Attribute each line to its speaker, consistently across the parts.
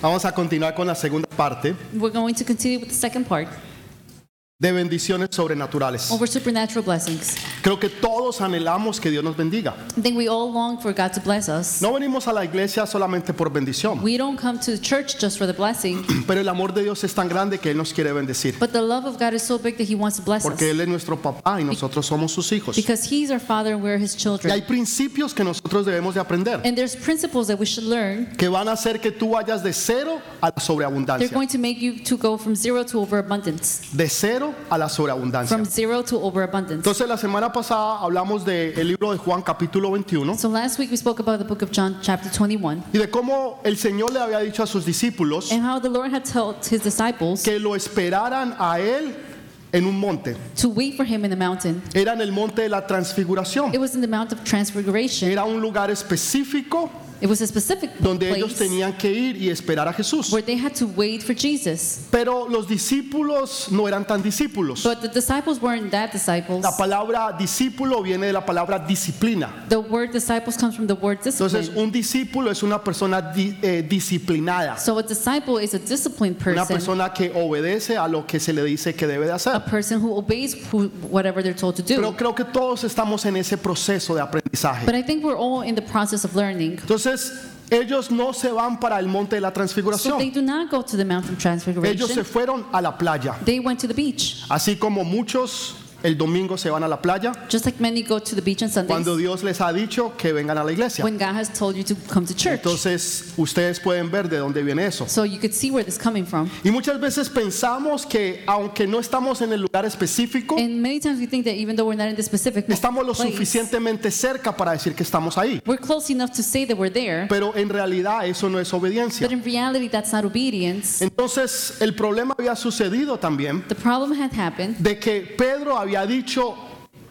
Speaker 1: Vamos a continuar con la segunda parte
Speaker 2: We're going to continue with the second part
Speaker 1: de bendiciones sobrenaturales.
Speaker 2: over supernatural blessings.
Speaker 1: Creo que todos anhelamos que Dios nos bendiga.
Speaker 2: I think we all long for God to bless us.
Speaker 1: No venimos a la iglesia solamente por bendición,
Speaker 2: We don't come to church just for the blessing,
Speaker 1: pero el amor de Dios es tan grande que Él nos quiere bendecir,
Speaker 2: but the love of God is so big that He wants to bless
Speaker 1: porque
Speaker 2: us
Speaker 1: Él es nuestro papá y nosotros somos sus hijos. Y
Speaker 2: because He's our Father and we're His
Speaker 1: hay
Speaker 2: children.
Speaker 1: principios que nosotros debemos de aprender,
Speaker 2: And there's principles that we should learn.
Speaker 1: que van a hacer que tú vayas de cero a la
Speaker 2: They're
Speaker 1: sobreabundancia.
Speaker 2: going to make you to go from zero to overabundance,
Speaker 1: De cero a la sobreabundancia.
Speaker 2: from zero to overabundance.
Speaker 1: Entonces la semana pasada hablamos del libro de Juan capítulo 21
Speaker 2: So last week we spoke about the book of John, chapter 21,
Speaker 1: y de cómo el Señor le había dicho a sus discípulos
Speaker 2: and how the Lord had told His disciples
Speaker 1: que lo esperaran a Él en un monte.
Speaker 2: to wait for Him in the mountain.
Speaker 1: Era en el monte de la transfiguración.
Speaker 2: It was in the Mount of Transfiguration.
Speaker 1: Era un lugar específico
Speaker 2: It was a specific
Speaker 1: donde ellos
Speaker 2: place
Speaker 1: tenían que ir y esperar a Jesús.
Speaker 2: where they had to wait for Jesus.
Speaker 1: Pero los discípulos no eran tan discípulos.
Speaker 2: But the disciples weren't that disciples.
Speaker 1: La palabra discípulo viene de la palabra disciplina.
Speaker 2: The word disciples comes from the word
Speaker 1: Entonces,
Speaker 2: discipline.
Speaker 1: un discípulo es una persona di- eh, disciplinada,
Speaker 2: So a disciple is a disciplined
Speaker 1: una
Speaker 2: person,
Speaker 1: persona que obedece a lo que se le dice que debe de
Speaker 2: a
Speaker 1: hacer.
Speaker 2: person who obeys who, whatever they're told to
Speaker 1: Pero
Speaker 2: do.
Speaker 1: creo que todos estamos en ese proceso de aprendizaje.
Speaker 2: But I think we're all in the process of learning.
Speaker 1: Entonces, ellos no se van para el monte de la
Speaker 2: So they
Speaker 1: transfiguración.
Speaker 2: do not go to the Mount of
Speaker 1: Ellos se
Speaker 2: Transfiguration.
Speaker 1: fueron a la playa.
Speaker 2: They went to the beach,
Speaker 1: Así como muchos el domingo se van a la playa
Speaker 2: just like many go to the beach on
Speaker 1: cuando
Speaker 2: Sundays
Speaker 1: Dios les ha dicho que vengan a la iglesia.
Speaker 2: when God has told you to come to church.
Speaker 1: Entonces, ustedes pueden ver de dónde viene eso.
Speaker 2: So you could see where this is coming from.
Speaker 1: Y muchas veces pensamos que aunque no estamos en el lugar específico,
Speaker 2: And many times we think that even though we're not in the specific
Speaker 1: estamos lo
Speaker 2: place,
Speaker 1: suficientemente cerca para decir que estamos ahí.
Speaker 2: We're close enough to say that we're there,
Speaker 1: Pero en realidad eso no es obediencia.
Speaker 2: but in reality, that's not obedience.
Speaker 1: Entonces, el problema había sucedido también
Speaker 2: The problem had happened
Speaker 1: de que Pedro había dicho,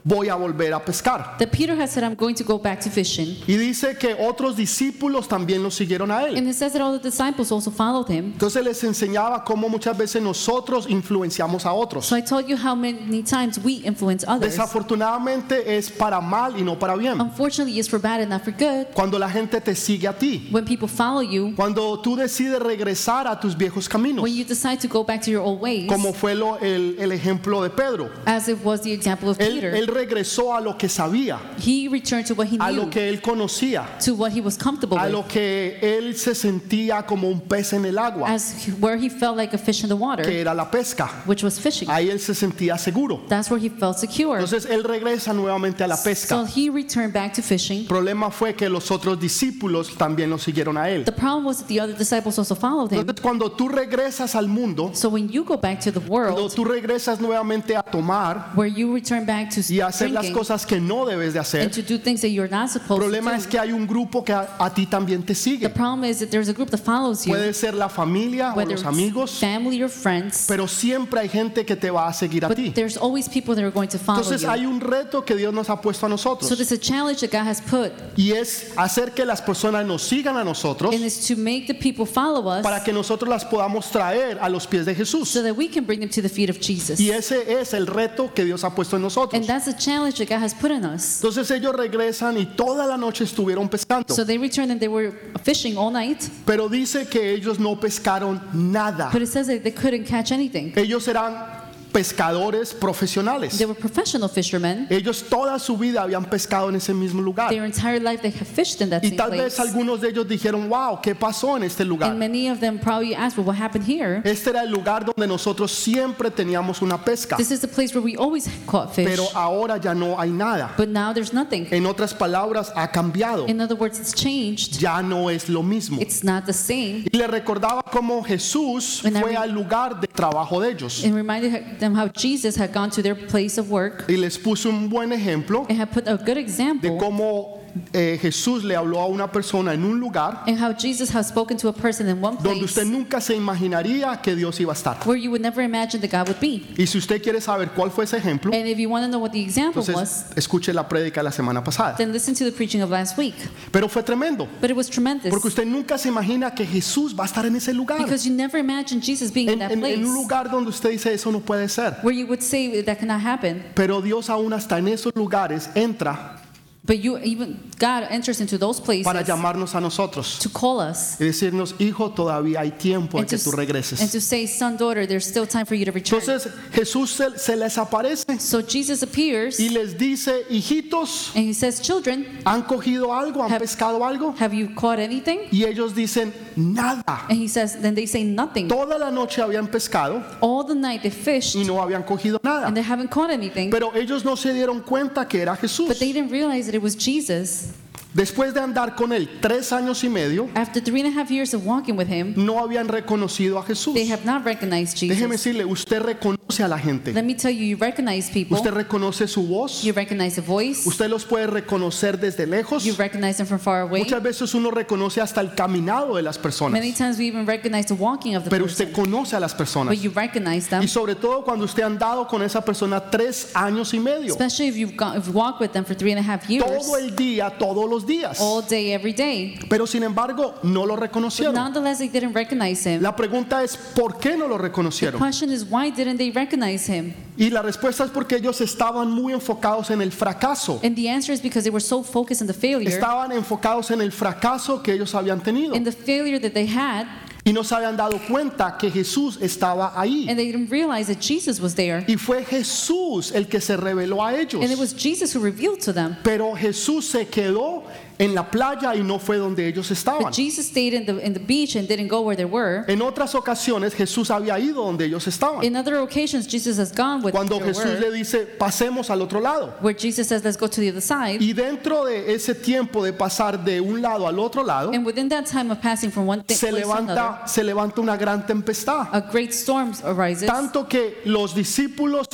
Speaker 1: voy a volver a pescar.
Speaker 2: that Peter had said, I'm going to go back to fishing.
Speaker 1: Y dice que otros discípulos también lo siguieron a él.
Speaker 2: And it says that all the disciples also followed him.
Speaker 1: Entonces les enseñaba cómo muchas veces nosotros influenciamos a otros.
Speaker 2: So I told you how many times we influence others.
Speaker 1: Desafortunadamente es para mal y no para bien.
Speaker 2: Unfortunately, it's for bad and not for good.
Speaker 1: Cuando la gente te sigue a ti,
Speaker 2: When people follow you,
Speaker 1: cuando tú decides regresar a tus viejos caminos,
Speaker 2: when you decide to go back to your old ways,
Speaker 1: como fue lo- el, el ejemplo de Pedro.
Speaker 2: as it was the example of
Speaker 1: Él,
Speaker 2: Peter,
Speaker 1: él regresó a lo que sabía,
Speaker 2: he returned to what he
Speaker 1: a lo
Speaker 2: knew,
Speaker 1: que él conocía,
Speaker 2: to what he was comfortable
Speaker 1: a
Speaker 2: with,
Speaker 1: lo que él se sentía como un pez en el agua,
Speaker 2: as he- where he felt like a fish in the water,
Speaker 1: que era la pesca.
Speaker 2: which was fishing.
Speaker 1: Ahí él se sentía seguro.
Speaker 2: That's where he felt secure.
Speaker 1: Entonces él regresa nuevamente a la
Speaker 2: So
Speaker 1: pesca.
Speaker 2: he returned back to fishing.
Speaker 1: El problema fue que los otros discípulos también lo siguieron a él.
Speaker 2: The problem was that the other disciples also followed him.
Speaker 1: Entonces cuando tú regresas al mundo,
Speaker 2: So when you go back to the
Speaker 1: cuando
Speaker 2: world,
Speaker 1: tú regresas nuevamente a tomar
Speaker 2: where you return back to
Speaker 1: y a hacer las
Speaker 2: drinking
Speaker 1: cosas que no debes de hacer,
Speaker 2: and to do things that you're not
Speaker 1: el
Speaker 2: supposed
Speaker 1: problema es
Speaker 2: to do,
Speaker 1: que hay un grupo que a, a ti también te
Speaker 2: the
Speaker 1: sigue.
Speaker 2: problem is that there's a group that follows you,
Speaker 1: Puede ser la familia o
Speaker 2: whether
Speaker 1: los
Speaker 2: it's
Speaker 1: amigos,
Speaker 2: family or friends,
Speaker 1: pero siempre hay gente que te va a seguir a
Speaker 2: but
Speaker 1: ti.
Speaker 2: there's always people that are going to follow
Speaker 1: Entonces
Speaker 2: you.
Speaker 1: hay un reto que Dios nos ha puesto a
Speaker 2: So
Speaker 1: nosotros
Speaker 2: there's a challenge that God has put,
Speaker 1: y es hacer que las personas nos sigan a nosotros
Speaker 2: and it's to make the people follow
Speaker 1: para
Speaker 2: us
Speaker 1: que nosotros las podamos traer a los pies de Jesús.
Speaker 2: so that we can bring them to the feet of Jesus.
Speaker 1: Y ese es el reto que Dios ha puesto en
Speaker 2: And
Speaker 1: nosotros.
Speaker 2: that's a challenge that God has put on us.
Speaker 1: Entonces ellos regresan y toda la noche estuvieron pescando.
Speaker 2: So they returned and they were fishing all night,
Speaker 1: Pero dice que ellos no pescaron nada.
Speaker 2: but it says that they couldn't catch anything.
Speaker 1: Ellos eran pescadores profesionales.
Speaker 2: They were professional fishermen.
Speaker 1: Ellos toda su vida habían pescado en ese mismo lugar.
Speaker 2: Their entire life they have fished in that
Speaker 1: Y
Speaker 2: same
Speaker 1: tal vez
Speaker 2: place.
Speaker 1: algunos de ellos dijeron, wow, ¿qué pasó en este
Speaker 2: And
Speaker 1: lugar?
Speaker 2: many of them probably asked, well, what happened here?
Speaker 1: Este era el lugar donde nosotros siempre teníamos una pesca,
Speaker 2: This is the place where we always caught fish,
Speaker 1: pero Eh, ahora ya no hay nada.
Speaker 2: but now there's nothing.
Speaker 1: En otras palabras, ha cambiado.
Speaker 2: In other words, it's changed.
Speaker 1: Ya no es lo mismo.
Speaker 2: It's not the same.
Speaker 1: Y le recordaba cómo Jesús
Speaker 2: And I
Speaker 1: fue
Speaker 2: re-
Speaker 1: al lugar de trabajo de ellos
Speaker 2: And reminded them how Jesus had gone to their place of work
Speaker 1: y les puso un buen ejemplo
Speaker 2: and had put a good
Speaker 1: de
Speaker 2: example
Speaker 1: cómo eh, Jesús le habló a una persona en un lugar
Speaker 2: and how Jesus had spoken to a person in one
Speaker 1: donde
Speaker 2: place
Speaker 1: usted nunca se imaginaría que Dios iba a estar.
Speaker 2: where you would never imagine that God would be.
Speaker 1: Y si usted quiere saber cuál fue ese ejemplo,
Speaker 2: And if you want to know what the example was,
Speaker 1: entonces escuche la prédica de la semana pasada.
Speaker 2: then listen to the preaching of last week.
Speaker 1: Pero fue tremendo,
Speaker 2: But it was tremendous
Speaker 1: porque usted nunca se imagina que Jesús va a estar en ese lugar,
Speaker 2: because you never imagined Jesus being in
Speaker 1: en,
Speaker 2: that
Speaker 1: en- en un
Speaker 2: place.
Speaker 1: lugar donde usted dice eso no puede ser.
Speaker 2: where you would say that cannot happen.
Speaker 1: Pero Dios aún hasta en esos lugares entra
Speaker 2: But you even God enters into those
Speaker 1: para
Speaker 2: places
Speaker 1: llamarnos a nosotros
Speaker 2: to call us
Speaker 1: y decirnos, hijo, todavía hay tiempo de
Speaker 2: and
Speaker 1: que
Speaker 2: to,
Speaker 1: tú
Speaker 2: and
Speaker 1: regreses.
Speaker 2: to say, son, daughter, there's still time for you to return.
Speaker 1: Entonces Jesús se, se les aparece
Speaker 2: so Jesus appears
Speaker 1: y les dice, hijitos,
Speaker 2: and he says, Children,
Speaker 1: ¿han cogido algo? ¿Han
Speaker 2: Have-
Speaker 1: pescado algo?
Speaker 2: have you caught anything?
Speaker 1: Y ellos dicen, nada.
Speaker 2: And he says, Then they say nothing.
Speaker 1: Toda la noche habían pescado
Speaker 2: All the night they fished
Speaker 1: y no habían cogido nada.
Speaker 2: and they haven't caught anything.
Speaker 1: Pero ellos no se dieron cuenta que era Jesús.
Speaker 2: But they didn't realize that it was Jesus.
Speaker 1: Después de andar con él tres años y medio,
Speaker 2: After three and a half years of walking with him,
Speaker 1: no habían reconocido a Jesús.
Speaker 2: they have not recognized
Speaker 1: Déjeme
Speaker 2: Jesus.
Speaker 1: decirle, usted reconoce a la gente.
Speaker 2: Let me tell you, you recognize people.
Speaker 1: Usted reconoce su voz.
Speaker 2: You recognize the voice.
Speaker 1: Usted los puede reconocer desde lejos.
Speaker 2: You recognize them from far away.
Speaker 1: Muchas veces uno reconoce hasta el caminado de las personas.
Speaker 2: Many times we even recognize the walking of the
Speaker 1: Pero
Speaker 2: person.
Speaker 1: usted conoce a las personas.
Speaker 2: But you recognize them,
Speaker 1: Y sobre todo cuando usted ha andado con esa persona tres años y medio.
Speaker 2: especially if you've, gone, if you've walked with them for three and a half years,
Speaker 1: Todo el día, todos los días.
Speaker 2: all day, every day.
Speaker 1: Pero sin embargo, no lo
Speaker 2: But
Speaker 1: reconocieron.
Speaker 2: nonetheless, they didn't recognize him.
Speaker 1: La pregunta es, ¿por qué no lo
Speaker 2: The
Speaker 1: reconocieron?
Speaker 2: question is, why didn't they recognize him?
Speaker 1: Y la respuesta es porque ellos estaban muy enfocados en el fracaso.
Speaker 2: And the answer is because they were so focused on the failure,
Speaker 1: Estaban enfocados en el fracaso que ellos habían tenido
Speaker 2: in the failure that they had,
Speaker 1: y no se habían dado cuenta que Jesús estaba ahí.
Speaker 2: and they didn't realize that Jesus was there.
Speaker 1: Y fue Jesús el que se reveló a ellos.
Speaker 2: And it was Jesus who revealed to them.
Speaker 1: Pero Jesús se quedó en la playa y no fue donde ellos estaban.
Speaker 2: But Jesus stayed in the, in the beach and didn't go where they were.
Speaker 1: En otras ocasiones Jesús había ido donde ellos estaban.
Speaker 2: In other occasions, Jesus has gone with
Speaker 1: Cuando
Speaker 2: where they
Speaker 1: Jesús
Speaker 2: were,
Speaker 1: le dice, pasemos al otro lado.
Speaker 2: where Jesus says, let's go to the other side.
Speaker 1: Y dentro de ese tiempo de pasar de un lado al otro lado,
Speaker 2: And within that time of passing from one thing
Speaker 1: se
Speaker 2: place to another,
Speaker 1: levanta, se levanta una gran tempestad.
Speaker 2: a great storm arises,
Speaker 1: Tanto que los discípulos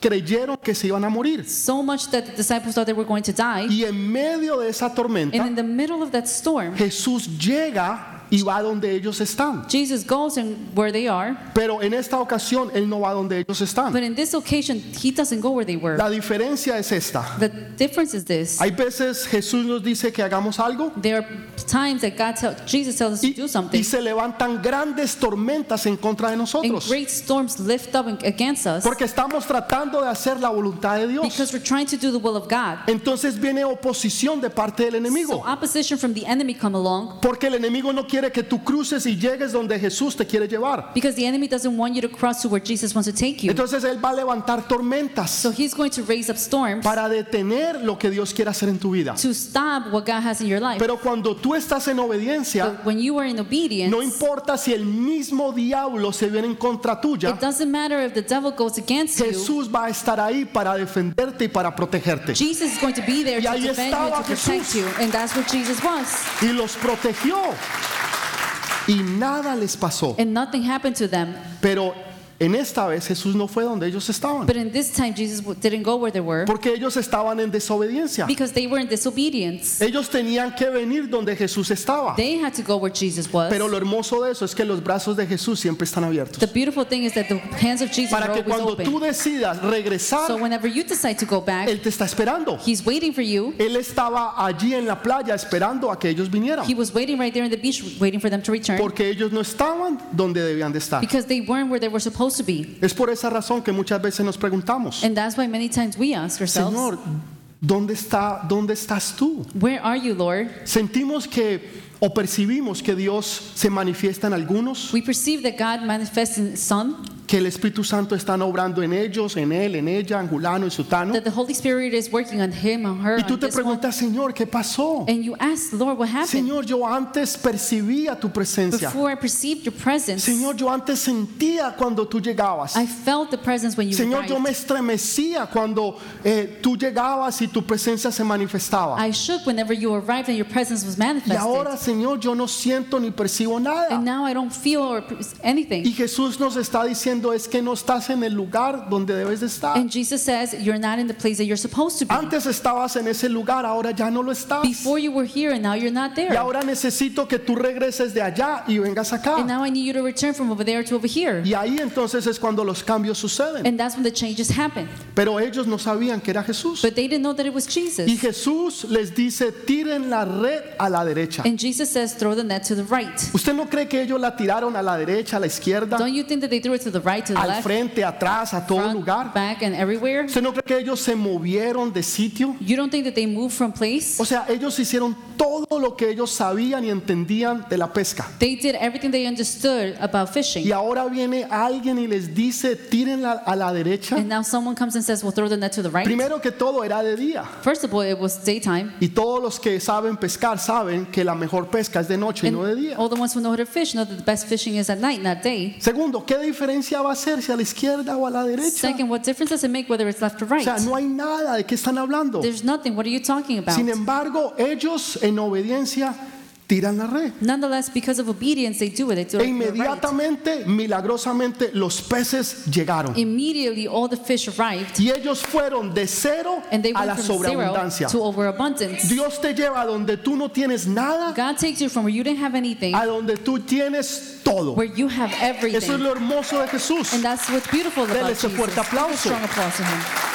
Speaker 1: creyeron que se iban a morir.
Speaker 2: so much that the disciples thought they were going to die.
Speaker 1: Y en medio de esa
Speaker 2: And
Speaker 1: tormenta,
Speaker 2: in the middle of that storm,
Speaker 1: Jesús llega y va donde ellos están.
Speaker 2: Jesus goes and where they are.
Speaker 1: Pero en esta ocasión, Él no va donde ellos
Speaker 2: But
Speaker 1: están.
Speaker 2: in this occasion, he doesn't go where they were.
Speaker 1: La diferencia es esta.
Speaker 2: The difference is this.
Speaker 1: Hay veces Jesús nos dice que hagamos algo
Speaker 2: There are times that God tell, Jesus tells us to
Speaker 1: y,
Speaker 2: do
Speaker 1: y
Speaker 2: something,
Speaker 1: se levantan grandes tormentas en contra de
Speaker 2: and
Speaker 1: nosotros.
Speaker 2: great storms lift up against us
Speaker 1: Porque estamos tratando de hacer la voluntad de Dios.
Speaker 2: because we're trying to do the will of God.
Speaker 1: Entonces viene oposición de parte del
Speaker 2: So
Speaker 1: enemigo.
Speaker 2: opposition from the enemy come along
Speaker 1: Porque el enemigo no quiere que tú cruces y llegues donde Jesús te quiere llevar.
Speaker 2: because the enemy doesn't want you to cross to where Jesus wants to take you.
Speaker 1: Entonces Él va a levantar tormentas
Speaker 2: So he's going to raise up storms
Speaker 1: para detener lo que Dios quiere hacer en tu vida.
Speaker 2: to stop what God has in your life.
Speaker 1: Pero cuando tú estás en obediencia,
Speaker 2: But when you are in obedience,
Speaker 1: no importa si el mismo diablo se viene en contra tuya,
Speaker 2: it doesn't matter if the devil goes against you.
Speaker 1: Jesús va a estar ahí para defenderte y para protegerte.
Speaker 2: Jesus is going to be there
Speaker 1: Y
Speaker 2: to
Speaker 1: ahí
Speaker 2: defend you, to
Speaker 1: estaba
Speaker 2: protect
Speaker 1: Jesús.
Speaker 2: you. And that's what Jesus was.
Speaker 1: Y los protegió. Y nada les pasó.
Speaker 2: And nothing happened to them.
Speaker 1: Pero en esta vez Jesús no fue donde ellos estaban.
Speaker 2: But in this time, Jesus w- didn't go where they were
Speaker 1: Porque ellos estaban en desobediencia.
Speaker 2: because they were in disobedience.
Speaker 1: Ellos tenían que venir donde Jesús estaba.
Speaker 2: They had to go where Jesus was.
Speaker 1: Pero lo hermoso de eso es que los brazos de Jesús siempre están abiertos.
Speaker 2: The beautiful thing is that the hands of Jesus
Speaker 1: Para
Speaker 2: are
Speaker 1: que
Speaker 2: always
Speaker 1: cuando tú
Speaker 2: open.
Speaker 1: decidas
Speaker 2: So
Speaker 1: regresar,
Speaker 2: whenever you decide to go back,
Speaker 1: Él te está esperando.
Speaker 2: He's waiting for you.
Speaker 1: Él estaba allí en la playa esperando a que ellos vinieran.
Speaker 2: He was waiting right there in the beach, waiting for them to return
Speaker 1: Porque ellos no estaban donde debían de estar.
Speaker 2: because they weren't where they were supposed to be.
Speaker 1: Es por esa razón que muchas veces nos preguntamos,
Speaker 2: And that's why many times we ask ourselves,
Speaker 1: Señor, ¿dónde, está, ¿dónde estás tú?
Speaker 2: Where are you, Lord?
Speaker 1: Sentimos que o percibimos que Dios se manifiesta en algunos,
Speaker 2: We perceive that God manifests in Son,
Speaker 1: que el Espíritu Santo está obrando en ellos, en él, en ella, en Julano, en Sutano.
Speaker 2: that the Holy Spirit is working on him, on her,
Speaker 1: Y tú
Speaker 2: on
Speaker 1: te
Speaker 2: this one.
Speaker 1: preguntas, Señor, ¿qué pasó?
Speaker 2: And you ask, Lord, what happened?
Speaker 1: Señor, yo antes percibía tu presencia.
Speaker 2: Before I perceived your presence,
Speaker 1: Señor, yo antes sentía cuando tú llegabas.
Speaker 2: I felt the presence when you
Speaker 1: Señor, yo
Speaker 2: arrived.
Speaker 1: me estremecía cuando eh, tú llegabas y tu presencia se manifestaba.
Speaker 2: I shook whenever you arrived and your presence was
Speaker 1: Y
Speaker 2: manifested.
Speaker 1: ahora, Señor, yo no siento ni percibo
Speaker 2: and
Speaker 1: nada.
Speaker 2: now I don't feel or per- anything.
Speaker 1: Y Jesús nos está diciendo es que no estás en el lugar donde debes de estar.
Speaker 2: and Jesus says, You're not in the place that you're supposed to be.
Speaker 1: Antes estabas en ese lugar, ahora ya no lo estás.
Speaker 2: Before you were here and now you're not there.
Speaker 1: Y ahora necesito que tú regreses de allá y vengas
Speaker 2: and
Speaker 1: acá.
Speaker 2: now I need you to return from over there to over here.
Speaker 1: Y ahí entonces es cuando los cambios suceden.
Speaker 2: and that's when the changes happen.
Speaker 1: Pero ellos no sabían que era Jesús.
Speaker 2: But they didn't know that it was Jesus.
Speaker 1: Y Jesús les dice, tiren la red a la derecha.
Speaker 2: and Jesus says, Throw the net to the right.
Speaker 1: ¿Usted no cree que ellos la tiraron a la derecha, a la izquierda?
Speaker 2: Don't you think that they threw it to the right, to the
Speaker 1: al
Speaker 2: left,
Speaker 1: frente, atrás, a todo
Speaker 2: front,
Speaker 1: lugar.
Speaker 2: back, and everywhere.
Speaker 1: ¿Usted no cree que ellos se movieron de sitio?
Speaker 2: You don't think that they moved from place?
Speaker 1: O sea, ellos hicieron todo lo que ellos sabían y entendían de la pesca.
Speaker 2: They did everything they understood about fishing.
Speaker 1: Y ahora viene alguien y les dice, tírenla a la derecha.
Speaker 2: And now someone comes and says, "Well, throw the net to the right."
Speaker 1: Primero que todo era de día.
Speaker 2: First of all, it was daytime,
Speaker 1: Y todos los que saben pescar saben que la mejor pesca es de noche y
Speaker 2: and
Speaker 1: no de día.
Speaker 2: all the ones who know how to fish know that the best fishing is at night, not day.
Speaker 1: Segundo, ¿qué diferencia va a hacer si a la izquierda o a la derecha?
Speaker 2: Second, what difference does it make whether it's left or
Speaker 1: O
Speaker 2: right?
Speaker 1: sea, no hay nada de qué están hablando.
Speaker 2: There's nothing. What are you talking about?
Speaker 1: Sin embargo, ellos en obediencia tiran la red.
Speaker 2: Nonetheless, because of obedience, they do it. They do
Speaker 1: E
Speaker 2: it right.
Speaker 1: inmediatamente, milagrosamente, los peces llegaron.
Speaker 2: Immediately, all the fish arrived,
Speaker 1: Y ellos fueron de cero
Speaker 2: and they
Speaker 1: a la
Speaker 2: went from zero
Speaker 1: sobreabundancia.
Speaker 2: to overabundance.
Speaker 1: Dios te lleva a donde tú no tienes nada,
Speaker 2: God takes you from where you didn't have anything,
Speaker 1: a donde tú tienes todo.
Speaker 2: where you have everything.
Speaker 1: Eso es lo hermoso de Jesús.
Speaker 2: And that's what's beautiful about
Speaker 1: Dele ese
Speaker 2: Jesus.
Speaker 1: fuerte
Speaker 2: Give a
Speaker 1: aplauso.
Speaker 2: Strong applause to him.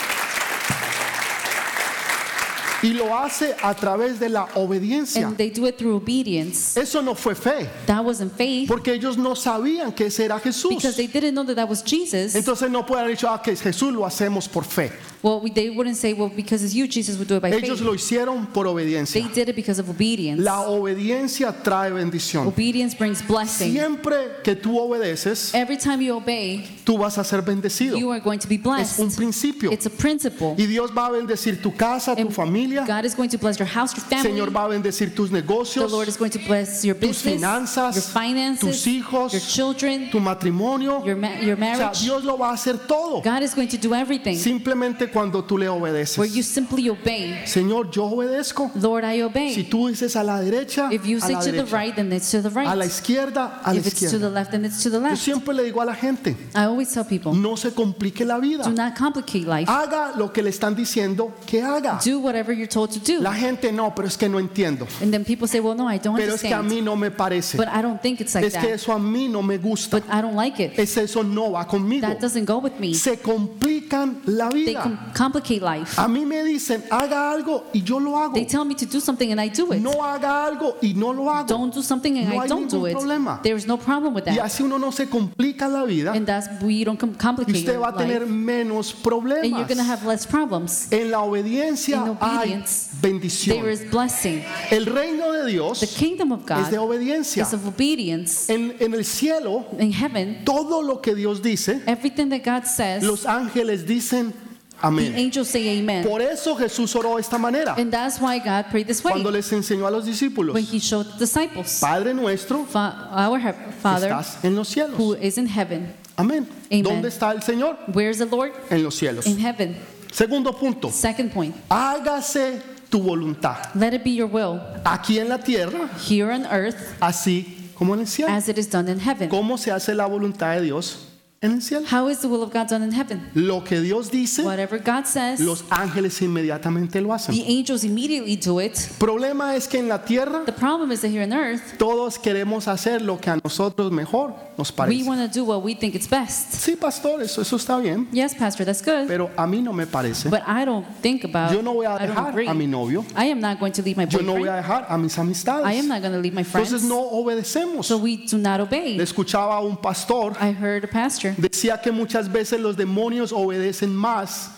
Speaker 1: Y lo hace a través de la obediencia.
Speaker 2: And they do it through obedience.
Speaker 1: Eso no fue fe,
Speaker 2: That wasn't faith
Speaker 1: porque ellos no sabían que ese era Jesús.
Speaker 2: because they didn't know that that was Jesus.
Speaker 1: Entonces no pueden haber dicho, ah, que Jesús lo hacemos por fe.
Speaker 2: Well, we, they wouldn't say, well, because it's you, Jesus would do it by
Speaker 1: Ellos
Speaker 2: faith.
Speaker 1: lo hicieron por
Speaker 2: They
Speaker 1: obediencia.
Speaker 2: did it because of obedience.
Speaker 1: La obediencia trae bendición.
Speaker 2: Obedience brings blessing.
Speaker 1: Siempre que tú obedeces,
Speaker 2: Every time you obey,
Speaker 1: tú vas a ser bendecido.
Speaker 2: you are going to be
Speaker 1: Es un
Speaker 2: blessed.
Speaker 1: principio.
Speaker 2: It's a principle.
Speaker 1: Y Dios va a bendecir tu casa, tu
Speaker 2: And
Speaker 1: familia.
Speaker 2: God is going to bless your house, your
Speaker 1: El
Speaker 2: family.
Speaker 1: Señor va a bendecir tus
Speaker 2: The Lord
Speaker 1: negocios,
Speaker 2: is going to bless your
Speaker 1: tus
Speaker 2: business,
Speaker 1: finanzas,
Speaker 2: your finances,
Speaker 1: tus hijos,
Speaker 2: your children,
Speaker 1: tu matrimonio.
Speaker 2: your, ma- your
Speaker 1: O sea,
Speaker 2: marriage.
Speaker 1: Dios lo va a hacer todo.
Speaker 2: God is going to do everything
Speaker 1: Simplemente cuando tú le
Speaker 2: where you
Speaker 1: obedeces.
Speaker 2: simply obey.
Speaker 1: Señor, yo obedezco.
Speaker 2: Lord, I
Speaker 1: Si
Speaker 2: obey.
Speaker 1: tú dices a la derecha,
Speaker 2: If you
Speaker 1: a
Speaker 2: say
Speaker 1: la
Speaker 2: to the
Speaker 1: derecha.
Speaker 2: right, then it's to the
Speaker 1: A la
Speaker 2: right.
Speaker 1: izquierda, a la
Speaker 2: If it's to
Speaker 1: izquierda.
Speaker 2: the left, then it's to the
Speaker 1: Yo
Speaker 2: left.
Speaker 1: siempre le digo a la gente,
Speaker 2: I always tell people,
Speaker 1: no se complique la vida.
Speaker 2: do not complicate life.
Speaker 1: Haga lo que le están diciendo que haga.
Speaker 2: Do whatever you're told to do.
Speaker 1: La gente no, pero es que no entiendo.
Speaker 2: And then people say, well, no, I don't
Speaker 1: Pero es que a
Speaker 2: understand.
Speaker 1: mí no me parece.
Speaker 2: But I don't think it's like
Speaker 1: Es que
Speaker 2: that.
Speaker 1: eso a mí no me gusta.
Speaker 2: But I don't like it.
Speaker 1: Es eso no va conmigo.
Speaker 2: That doesn't go with me.
Speaker 1: Se complican la
Speaker 2: They
Speaker 1: vida.
Speaker 2: com- complicate life.
Speaker 1: A mí me dicen, haga algo y yo lo hago.
Speaker 2: They tell me to do something and I do it.
Speaker 1: No haga algo y no lo hago.
Speaker 2: Don't do something and
Speaker 1: No
Speaker 2: I
Speaker 1: hay
Speaker 2: don't do
Speaker 1: ningún
Speaker 2: it.
Speaker 1: problema.
Speaker 2: There's no problem with
Speaker 1: Y
Speaker 2: that.
Speaker 1: así uno no se complica la vida
Speaker 2: And that's we don't com-
Speaker 1: y
Speaker 2: complicate
Speaker 1: usted va a tener
Speaker 2: life.
Speaker 1: menos
Speaker 2: And you're
Speaker 1: problemas.
Speaker 2: going to have less problems.
Speaker 1: En la obediencia
Speaker 2: In
Speaker 1: hay
Speaker 2: obedience, There
Speaker 1: bendición.
Speaker 2: is blessing.
Speaker 1: El reino de Dios
Speaker 2: The kingdom of
Speaker 1: es de
Speaker 2: God
Speaker 1: obediencia.
Speaker 2: is of obedience.
Speaker 1: En, en el cielo,
Speaker 2: In heaven,
Speaker 1: todo lo que Dios dice,
Speaker 2: everything that God says,
Speaker 1: los ángeles dicen
Speaker 2: the
Speaker 1: amén.
Speaker 2: angels say amen.
Speaker 1: Por eso Jesús oró de esta manera
Speaker 2: And that's why God prayed this way
Speaker 1: cuando les enseñó a los discípulos,
Speaker 2: when he showed the disciples.
Speaker 1: Padre nuestro,
Speaker 2: Fa- Our he-
Speaker 1: que
Speaker 2: Father
Speaker 1: estás en los
Speaker 2: who
Speaker 1: cielos.
Speaker 2: is in heaven.
Speaker 1: Amén.
Speaker 2: Amen.
Speaker 1: ¿Dónde está el Señor?
Speaker 2: Where is the Lord?
Speaker 1: En los cielos.
Speaker 2: In heaven.
Speaker 1: Segundo punto,
Speaker 2: Second point.
Speaker 1: hágase tu voluntad
Speaker 2: Let it be your will
Speaker 1: aquí en la tierra,
Speaker 2: here on earth
Speaker 1: así como en el cielo.
Speaker 2: as it is done in heaven.
Speaker 1: ¿Cómo se hace la voluntad de Dios en el cielo?
Speaker 2: How is the will of God done in heaven?
Speaker 1: Lo que Dios dice,
Speaker 2: Whatever God says,
Speaker 1: los ángeles inmediatamente lo hacen.
Speaker 2: the angels immediately do it.
Speaker 1: Problema es que en la tierra
Speaker 2: The problem is that here on earth,
Speaker 1: todos queremos hacer lo que a nosotros mejor nos
Speaker 2: we
Speaker 1: parece.
Speaker 2: want to do what we think is best.
Speaker 1: Sí, pastor, eso, eso está bien,
Speaker 2: Yes, Pastor, that's good.
Speaker 1: pero a mí no me parece.
Speaker 2: But I don't think about
Speaker 1: Yo no voy a
Speaker 2: I don't
Speaker 1: dejar
Speaker 2: agree.
Speaker 1: a mi novio,
Speaker 2: I am not going to leave my
Speaker 1: yo no
Speaker 2: boyfriend.
Speaker 1: voy a dejar a mis
Speaker 2: I am
Speaker 1: amistades.
Speaker 2: not going to leave my friends.
Speaker 1: Entonces no obedecemos.
Speaker 2: So we do not obey.
Speaker 1: Le escuchaba a un pastor,
Speaker 2: I heard a pastor.
Speaker 1: decía que muchas veces los demonios obedecen más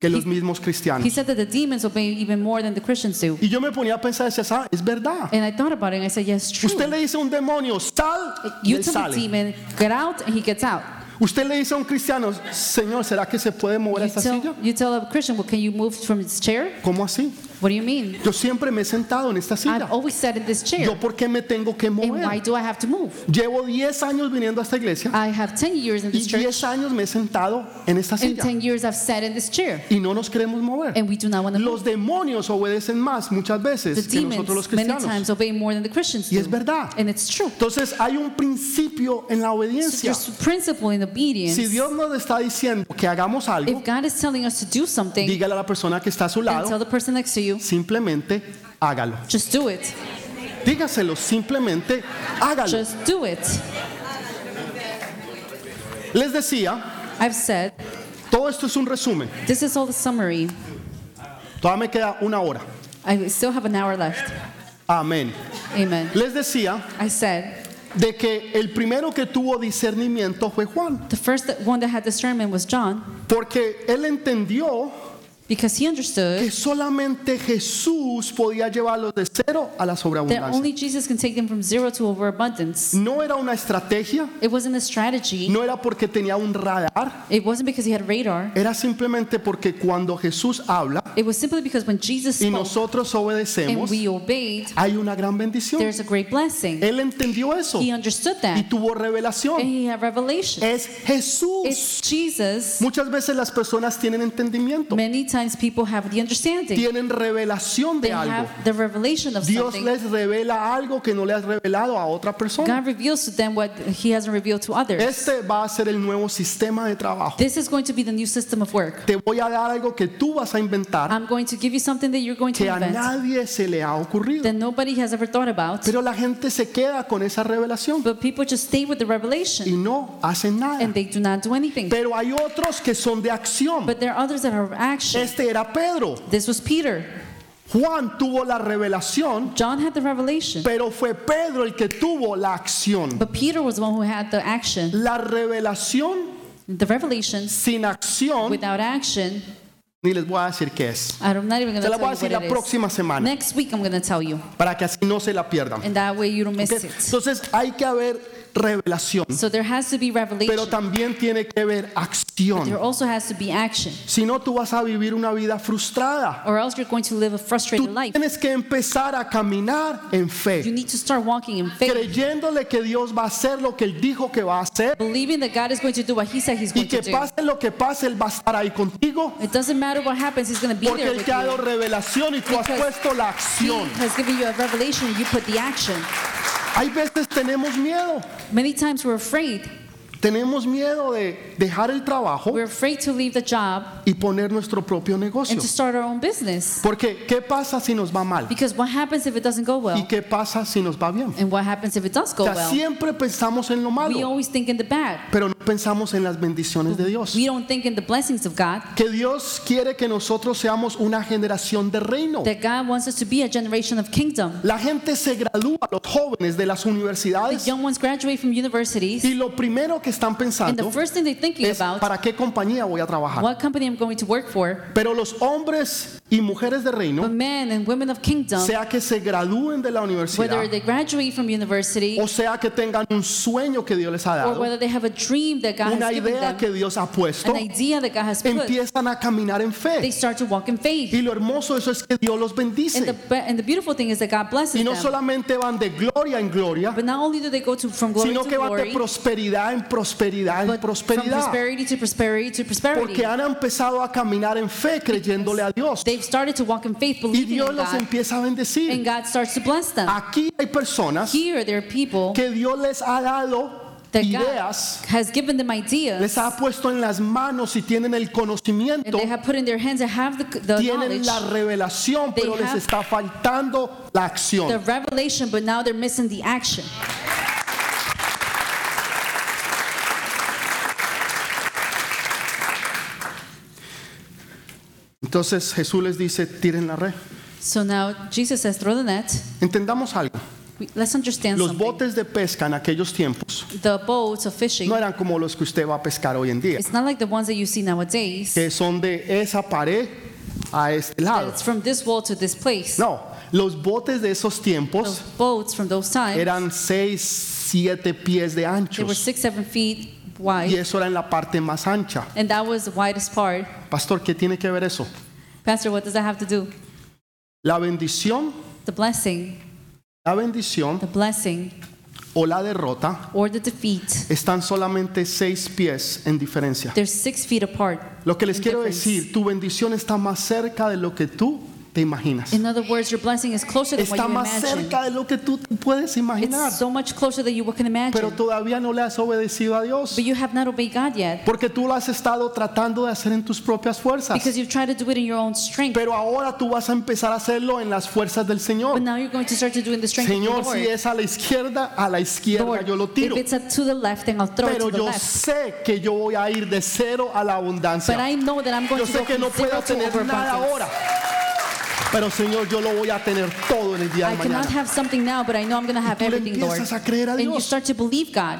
Speaker 1: que los mismos
Speaker 2: He
Speaker 1: cristianos.
Speaker 2: said that the demons obey even more than the Christians do.
Speaker 1: Y yo me ponía a pensar, decía, "Ah, es verdad.
Speaker 2: And I thought about it and I said, yes, true.
Speaker 1: Usted le dice a un demonio, sal, y
Speaker 2: You
Speaker 1: él
Speaker 2: tell the
Speaker 1: sale.
Speaker 2: demon, get out, and he gets out.
Speaker 1: Usted le dice a un cristiano, Señor, ¿será que se puede mover a
Speaker 2: You
Speaker 1: esta
Speaker 2: tell,
Speaker 1: silla?
Speaker 2: you tell a Christian, well, can you move from this chair?
Speaker 1: ¿Cómo así?
Speaker 2: What do you mean?
Speaker 1: Yo siempre me he sentado en esta silla.
Speaker 2: I've always sat in this chair.
Speaker 1: ¿Yo por qué me tengo que
Speaker 2: And why
Speaker 1: mover?
Speaker 2: do I have to move?
Speaker 1: Llevo 10 años viniendo a esta iglesia
Speaker 2: I have 10 years in
Speaker 1: y
Speaker 2: this church,
Speaker 1: 10 años me he sentado en esta
Speaker 2: and
Speaker 1: silla
Speaker 2: 10 years I've sat in this chair,
Speaker 1: y no nos queremos mover.
Speaker 2: and we do not want to move.
Speaker 1: Los demonios obedecen más muchas
Speaker 2: The
Speaker 1: veces que nosotros los
Speaker 2: demons many times
Speaker 1: cristianos.
Speaker 2: obey more than the Christians
Speaker 1: Y es
Speaker 2: do.
Speaker 1: verdad.
Speaker 2: And it's true.
Speaker 1: Entonces hay un principio en la
Speaker 2: So
Speaker 1: obediencia.
Speaker 2: there's a principle in obedience.
Speaker 1: Si Dios nos está diciendo que hagamos algo,
Speaker 2: If God is telling us to do something,
Speaker 1: dígale a la persona que está a su
Speaker 2: then tell
Speaker 1: lado,
Speaker 2: the person next to you,
Speaker 1: simplemente hágalo.
Speaker 2: just do it.
Speaker 1: Dígaselo, simplemente hágalo.
Speaker 2: Just do it.
Speaker 1: Les decía,
Speaker 2: I've said,
Speaker 1: todo esto es un resumen.
Speaker 2: this is all the summary.
Speaker 1: Todavía me queda una hora.
Speaker 2: I still have an hour left.
Speaker 1: Amén.
Speaker 2: Amen.
Speaker 1: Les decía
Speaker 2: I said,
Speaker 1: de que el primero que tuvo discernimiento fue Juan,
Speaker 2: The first that, one that had discernment was John,
Speaker 1: porque él entendió
Speaker 2: because he understood
Speaker 1: que solamente Jesús podía llevarlos de cero a la
Speaker 2: that
Speaker 1: sobreabundancia.
Speaker 2: only Jesus can take them from zero to overabundance.
Speaker 1: No era una estrategia,
Speaker 2: It wasn't a strategy.
Speaker 1: no era porque tenía un radar,
Speaker 2: It wasn't because he had radar.
Speaker 1: era simplemente porque cuando Jesús habla
Speaker 2: It was simply because when Jesus
Speaker 1: y
Speaker 2: spoke
Speaker 1: nosotros
Speaker 2: and
Speaker 1: obedecemos,
Speaker 2: we obeyed,
Speaker 1: hay una gran bendición.
Speaker 2: there's a great blessing.
Speaker 1: Él entendió eso
Speaker 2: He understood
Speaker 1: y
Speaker 2: that
Speaker 1: tuvo
Speaker 2: and
Speaker 1: revelación.
Speaker 2: he had revelation.
Speaker 1: Es Jesús.
Speaker 2: It's Jesus.
Speaker 1: Muchas veces las personas tienen entendimiento,
Speaker 2: Many times people have the understanding,
Speaker 1: tienen revelación
Speaker 2: they
Speaker 1: de algo.
Speaker 2: have the revelation of
Speaker 1: Dios
Speaker 2: something.
Speaker 1: les revela algo que no le has revelado a otra persona.
Speaker 2: God reveals to them what he hasn't revealed to others.
Speaker 1: Este va a ser el nuevo sistema de trabajo.
Speaker 2: This is going to be the new system of work.
Speaker 1: Te voy a dar algo que tú vas a inventar
Speaker 2: I'm going to give you something that you're going to
Speaker 1: que a
Speaker 2: invent
Speaker 1: nadie se le ha ocurrido.
Speaker 2: that nobody has ever thought about.
Speaker 1: Pero la gente se queda con esa revelación
Speaker 2: But people just stay with the
Speaker 1: y
Speaker 2: revelation
Speaker 1: no hacen nada.
Speaker 2: and they do not do anything.
Speaker 1: Pero hay otros que son de acción.
Speaker 2: But there are others that are action.
Speaker 1: Este era Pedro.
Speaker 2: This was Peter.
Speaker 1: Juan tuvo la revelación,
Speaker 2: John had the revelation,
Speaker 1: pero fue Pedro el que tuvo la acción.
Speaker 2: but Peter was the one who had the action.
Speaker 1: La revelación
Speaker 2: The revelation
Speaker 1: sin acción,
Speaker 2: without action,
Speaker 1: ni les voy a decir qué es.
Speaker 2: I'm not even going
Speaker 1: Se
Speaker 2: to
Speaker 1: la
Speaker 2: tell
Speaker 1: voy a
Speaker 2: you
Speaker 1: decir
Speaker 2: what
Speaker 1: la
Speaker 2: it is.
Speaker 1: próxima semana
Speaker 2: Next week I'm going to tell you,
Speaker 1: para que así no se la pierdan.
Speaker 2: and that way you don't miss
Speaker 1: ¿Ok?
Speaker 2: it.
Speaker 1: Entonces hay que haber revelación,
Speaker 2: So there has to be
Speaker 1: pero
Speaker 2: revelation.
Speaker 1: también tiene que haber
Speaker 2: There
Speaker 1: acción.
Speaker 2: also has to be action,
Speaker 1: Si no, tú vas a vivir una vida frustrada.
Speaker 2: or else you're going to live a frustrated
Speaker 1: Tú
Speaker 2: life.
Speaker 1: tienes que empezar a caminar en
Speaker 2: You
Speaker 1: fe,
Speaker 2: need to start walking in faith,
Speaker 1: creyéndole que Dios va a hacer lo que Él dijo que va a hacer
Speaker 2: believing that God is going to do what He said He's
Speaker 1: y
Speaker 2: going to
Speaker 1: que
Speaker 2: do.
Speaker 1: pase lo que pase, Él va a estar ahí contigo
Speaker 2: It doesn't matter what happens, He's going to be
Speaker 1: porque
Speaker 2: there
Speaker 1: Él
Speaker 2: with
Speaker 1: te ha dado
Speaker 2: you.
Speaker 1: revelación y tú has
Speaker 2: Because
Speaker 1: puesto la
Speaker 2: He
Speaker 1: acción.
Speaker 2: has given you a revelation, you put the action.
Speaker 1: Hay veces tenemos miedo,
Speaker 2: Many times we're afraid.
Speaker 1: tenemos miedo de dejar el trabajo
Speaker 2: We're afraid to leave the job
Speaker 1: y poner nuestro propio negocio.
Speaker 2: and to start our own business.
Speaker 1: Porque, ¿qué pasa si nos va mal?
Speaker 2: Because what happens if it doesn't go
Speaker 1: ¿Y
Speaker 2: well?
Speaker 1: qué pasa si nos va bien?
Speaker 2: And what happens if it does go
Speaker 1: O sea,
Speaker 2: well?
Speaker 1: siempre pensamos en lo
Speaker 2: We
Speaker 1: malo,
Speaker 2: always think in the bad.
Speaker 1: pero no pensamos en las bendiciones de Dios.
Speaker 2: We don't think in the blessings of God.
Speaker 1: Que Dios quiere que nosotros seamos una generación de reino.
Speaker 2: That God wants us to be a generation of kingdom.
Speaker 1: La gente se gradúa, los jóvenes de las
Speaker 2: The
Speaker 1: universidades,
Speaker 2: young ones graduate from universities,
Speaker 1: y lo primero que están
Speaker 2: and the
Speaker 1: pensando
Speaker 2: first thing they're thinking
Speaker 1: es
Speaker 2: about
Speaker 1: para qué compañía voy a trabajar.
Speaker 2: what company I'm going to work for.
Speaker 1: Pero los hombres y mujeres de
Speaker 2: But
Speaker 1: reino,
Speaker 2: men and women of kingdom,
Speaker 1: sea que se gradúen de la universidad
Speaker 2: whether they graduate from university
Speaker 1: o sea que tengan un sueño que Dios les ha
Speaker 2: or
Speaker 1: dado,
Speaker 2: whether they have a dream that God
Speaker 1: una
Speaker 2: has given
Speaker 1: idea
Speaker 2: them,
Speaker 1: que Dios ha puesto,
Speaker 2: an idea that God has put,
Speaker 1: empiezan a caminar en
Speaker 2: they
Speaker 1: fe.
Speaker 2: start to walk in faith.
Speaker 1: Y lo hermoso de eso es que Dios los
Speaker 2: And the,
Speaker 1: bendice.
Speaker 2: be- and the beautiful thing is that God blesses
Speaker 1: Y no
Speaker 2: them.
Speaker 1: solamente van de gloria en gloria,
Speaker 2: But not only do they go to, from glory
Speaker 1: sino
Speaker 2: to
Speaker 1: que van de
Speaker 2: glory,
Speaker 1: prosperidad en prosperidad en
Speaker 2: but from
Speaker 1: prosperidad.
Speaker 2: prosperity to prosperity to prosperity.
Speaker 1: Porque han empezado a caminar en fe creyéndole a Dios.
Speaker 2: They've started to walk in faith,
Speaker 1: Y
Speaker 2: believing
Speaker 1: Dios
Speaker 2: in
Speaker 1: los
Speaker 2: God,
Speaker 1: empieza a
Speaker 2: and
Speaker 1: bendecir.
Speaker 2: God starts to bless them.
Speaker 1: Aquí hay personas
Speaker 2: Here, there are people
Speaker 1: que Dios les ha dado
Speaker 2: that
Speaker 1: ideas,
Speaker 2: God has given them ideas,
Speaker 1: les ha puesto en las manos y tienen el
Speaker 2: and
Speaker 1: conocimiento,
Speaker 2: they have put in their hands and have the, the
Speaker 1: tienen
Speaker 2: knowledge,
Speaker 1: la revelación, pero les
Speaker 2: have-
Speaker 1: está faltando la acción.
Speaker 2: the revelation, but now they're missing the action.
Speaker 1: Entonces Jesús les dice, tiren la red.
Speaker 2: So now Jesus says, throw the net.
Speaker 1: Entendamos algo.
Speaker 2: We- Let's understand
Speaker 1: Los
Speaker 2: something.
Speaker 1: botes de pesca en aquellos tiempos
Speaker 2: the boats of fishing,
Speaker 1: no eran como los que usted va a pescar hoy en día,
Speaker 2: it's not like the ones that you see nowadays.
Speaker 1: que son de esa pared a este
Speaker 2: that
Speaker 1: lado.
Speaker 2: It's from this wall to this place.
Speaker 1: No, los botes de esos
Speaker 2: Those
Speaker 1: tiempos
Speaker 2: boats from those times,
Speaker 1: eran 6, 7 pies de
Speaker 2: they were
Speaker 1: anchos
Speaker 2: six, seven feet wide,
Speaker 1: y eso era en la parte más ancha.
Speaker 2: and that was the widest part.
Speaker 1: Pastor, ¿qué tiene que ver eso?
Speaker 2: Pastor, what does that have to do?
Speaker 1: La bendición,
Speaker 2: The blessing,
Speaker 1: la bendición
Speaker 2: the blessing,
Speaker 1: o la derrota
Speaker 2: or the defeat.
Speaker 1: están solamente 6 pies en diferencia.
Speaker 2: They're six feet apart.
Speaker 1: Lo que les
Speaker 2: in
Speaker 1: quiero
Speaker 2: difference.
Speaker 1: decir, tu bendición está más cerca de lo que tú te imaginas.
Speaker 2: In other words, your blessing is closer than what
Speaker 1: Está
Speaker 2: you
Speaker 1: más
Speaker 2: imagine.
Speaker 1: cerca de lo que tú te puedes imaginar,
Speaker 2: It's so much closer than you can imagine.
Speaker 1: pero todavía no le has obedecido a Dios,
Speaker 2: but you have not obeyed God yet
Speaker 1: porque tú lo has estado tratando de hacer en tus propias fuerzas.
Speaker 2: because you've tried to do it in your own strength.
Speaker 1: Pero ahora tú vas a empezar a hacerlo en las fuerzas del
Speaker 2: but
Speaker 1: Señor.
Speaker 2: now you're going to start to do it in the strength
Speaker 1: Señor,
Speaker 2: of the Lord.
Speaker 1: si es a la izquierda, a la izquierda
Speaker 2: Lord,
Speaker 1: yo lo tiro.
Speaker 2: If it's up to the left, then I'll throw
Speaker 1: Pero
Speaker 2: it to the
Speaker 1: yo
Speaker 2: left.
Speaker 1: sé que yo voy a ir de cero a la
Speaker 2: But
Speaker 1: abundancia.
Speaker 2: I know that I'm going
Speaker 1: Yo
Speaker 2: to go
Speaker 1: sé que
Speaker 2: from
Speaker 1: no
Speaker 2: zero
Speaker 1: puedo
Speaker 2: to
Speaker 1: tener nada
Speaker 2: overabundance.
Speaker 1: ahora. Pero Señor, yo lo voy a tener todo en el día
Speaker 2: I
Speaker 1: de
Speaker 2: cannot
Speaker 1: mañana.
Speaker 2: have something now, but I know I'm going to have
Speaker 1: tú le
Speaker 2: everything, Lord.
Speaker 1: empiezas a creer a
Speaker 2: And you
Speaker 1: Dios.
Speaker 2: start to believe God.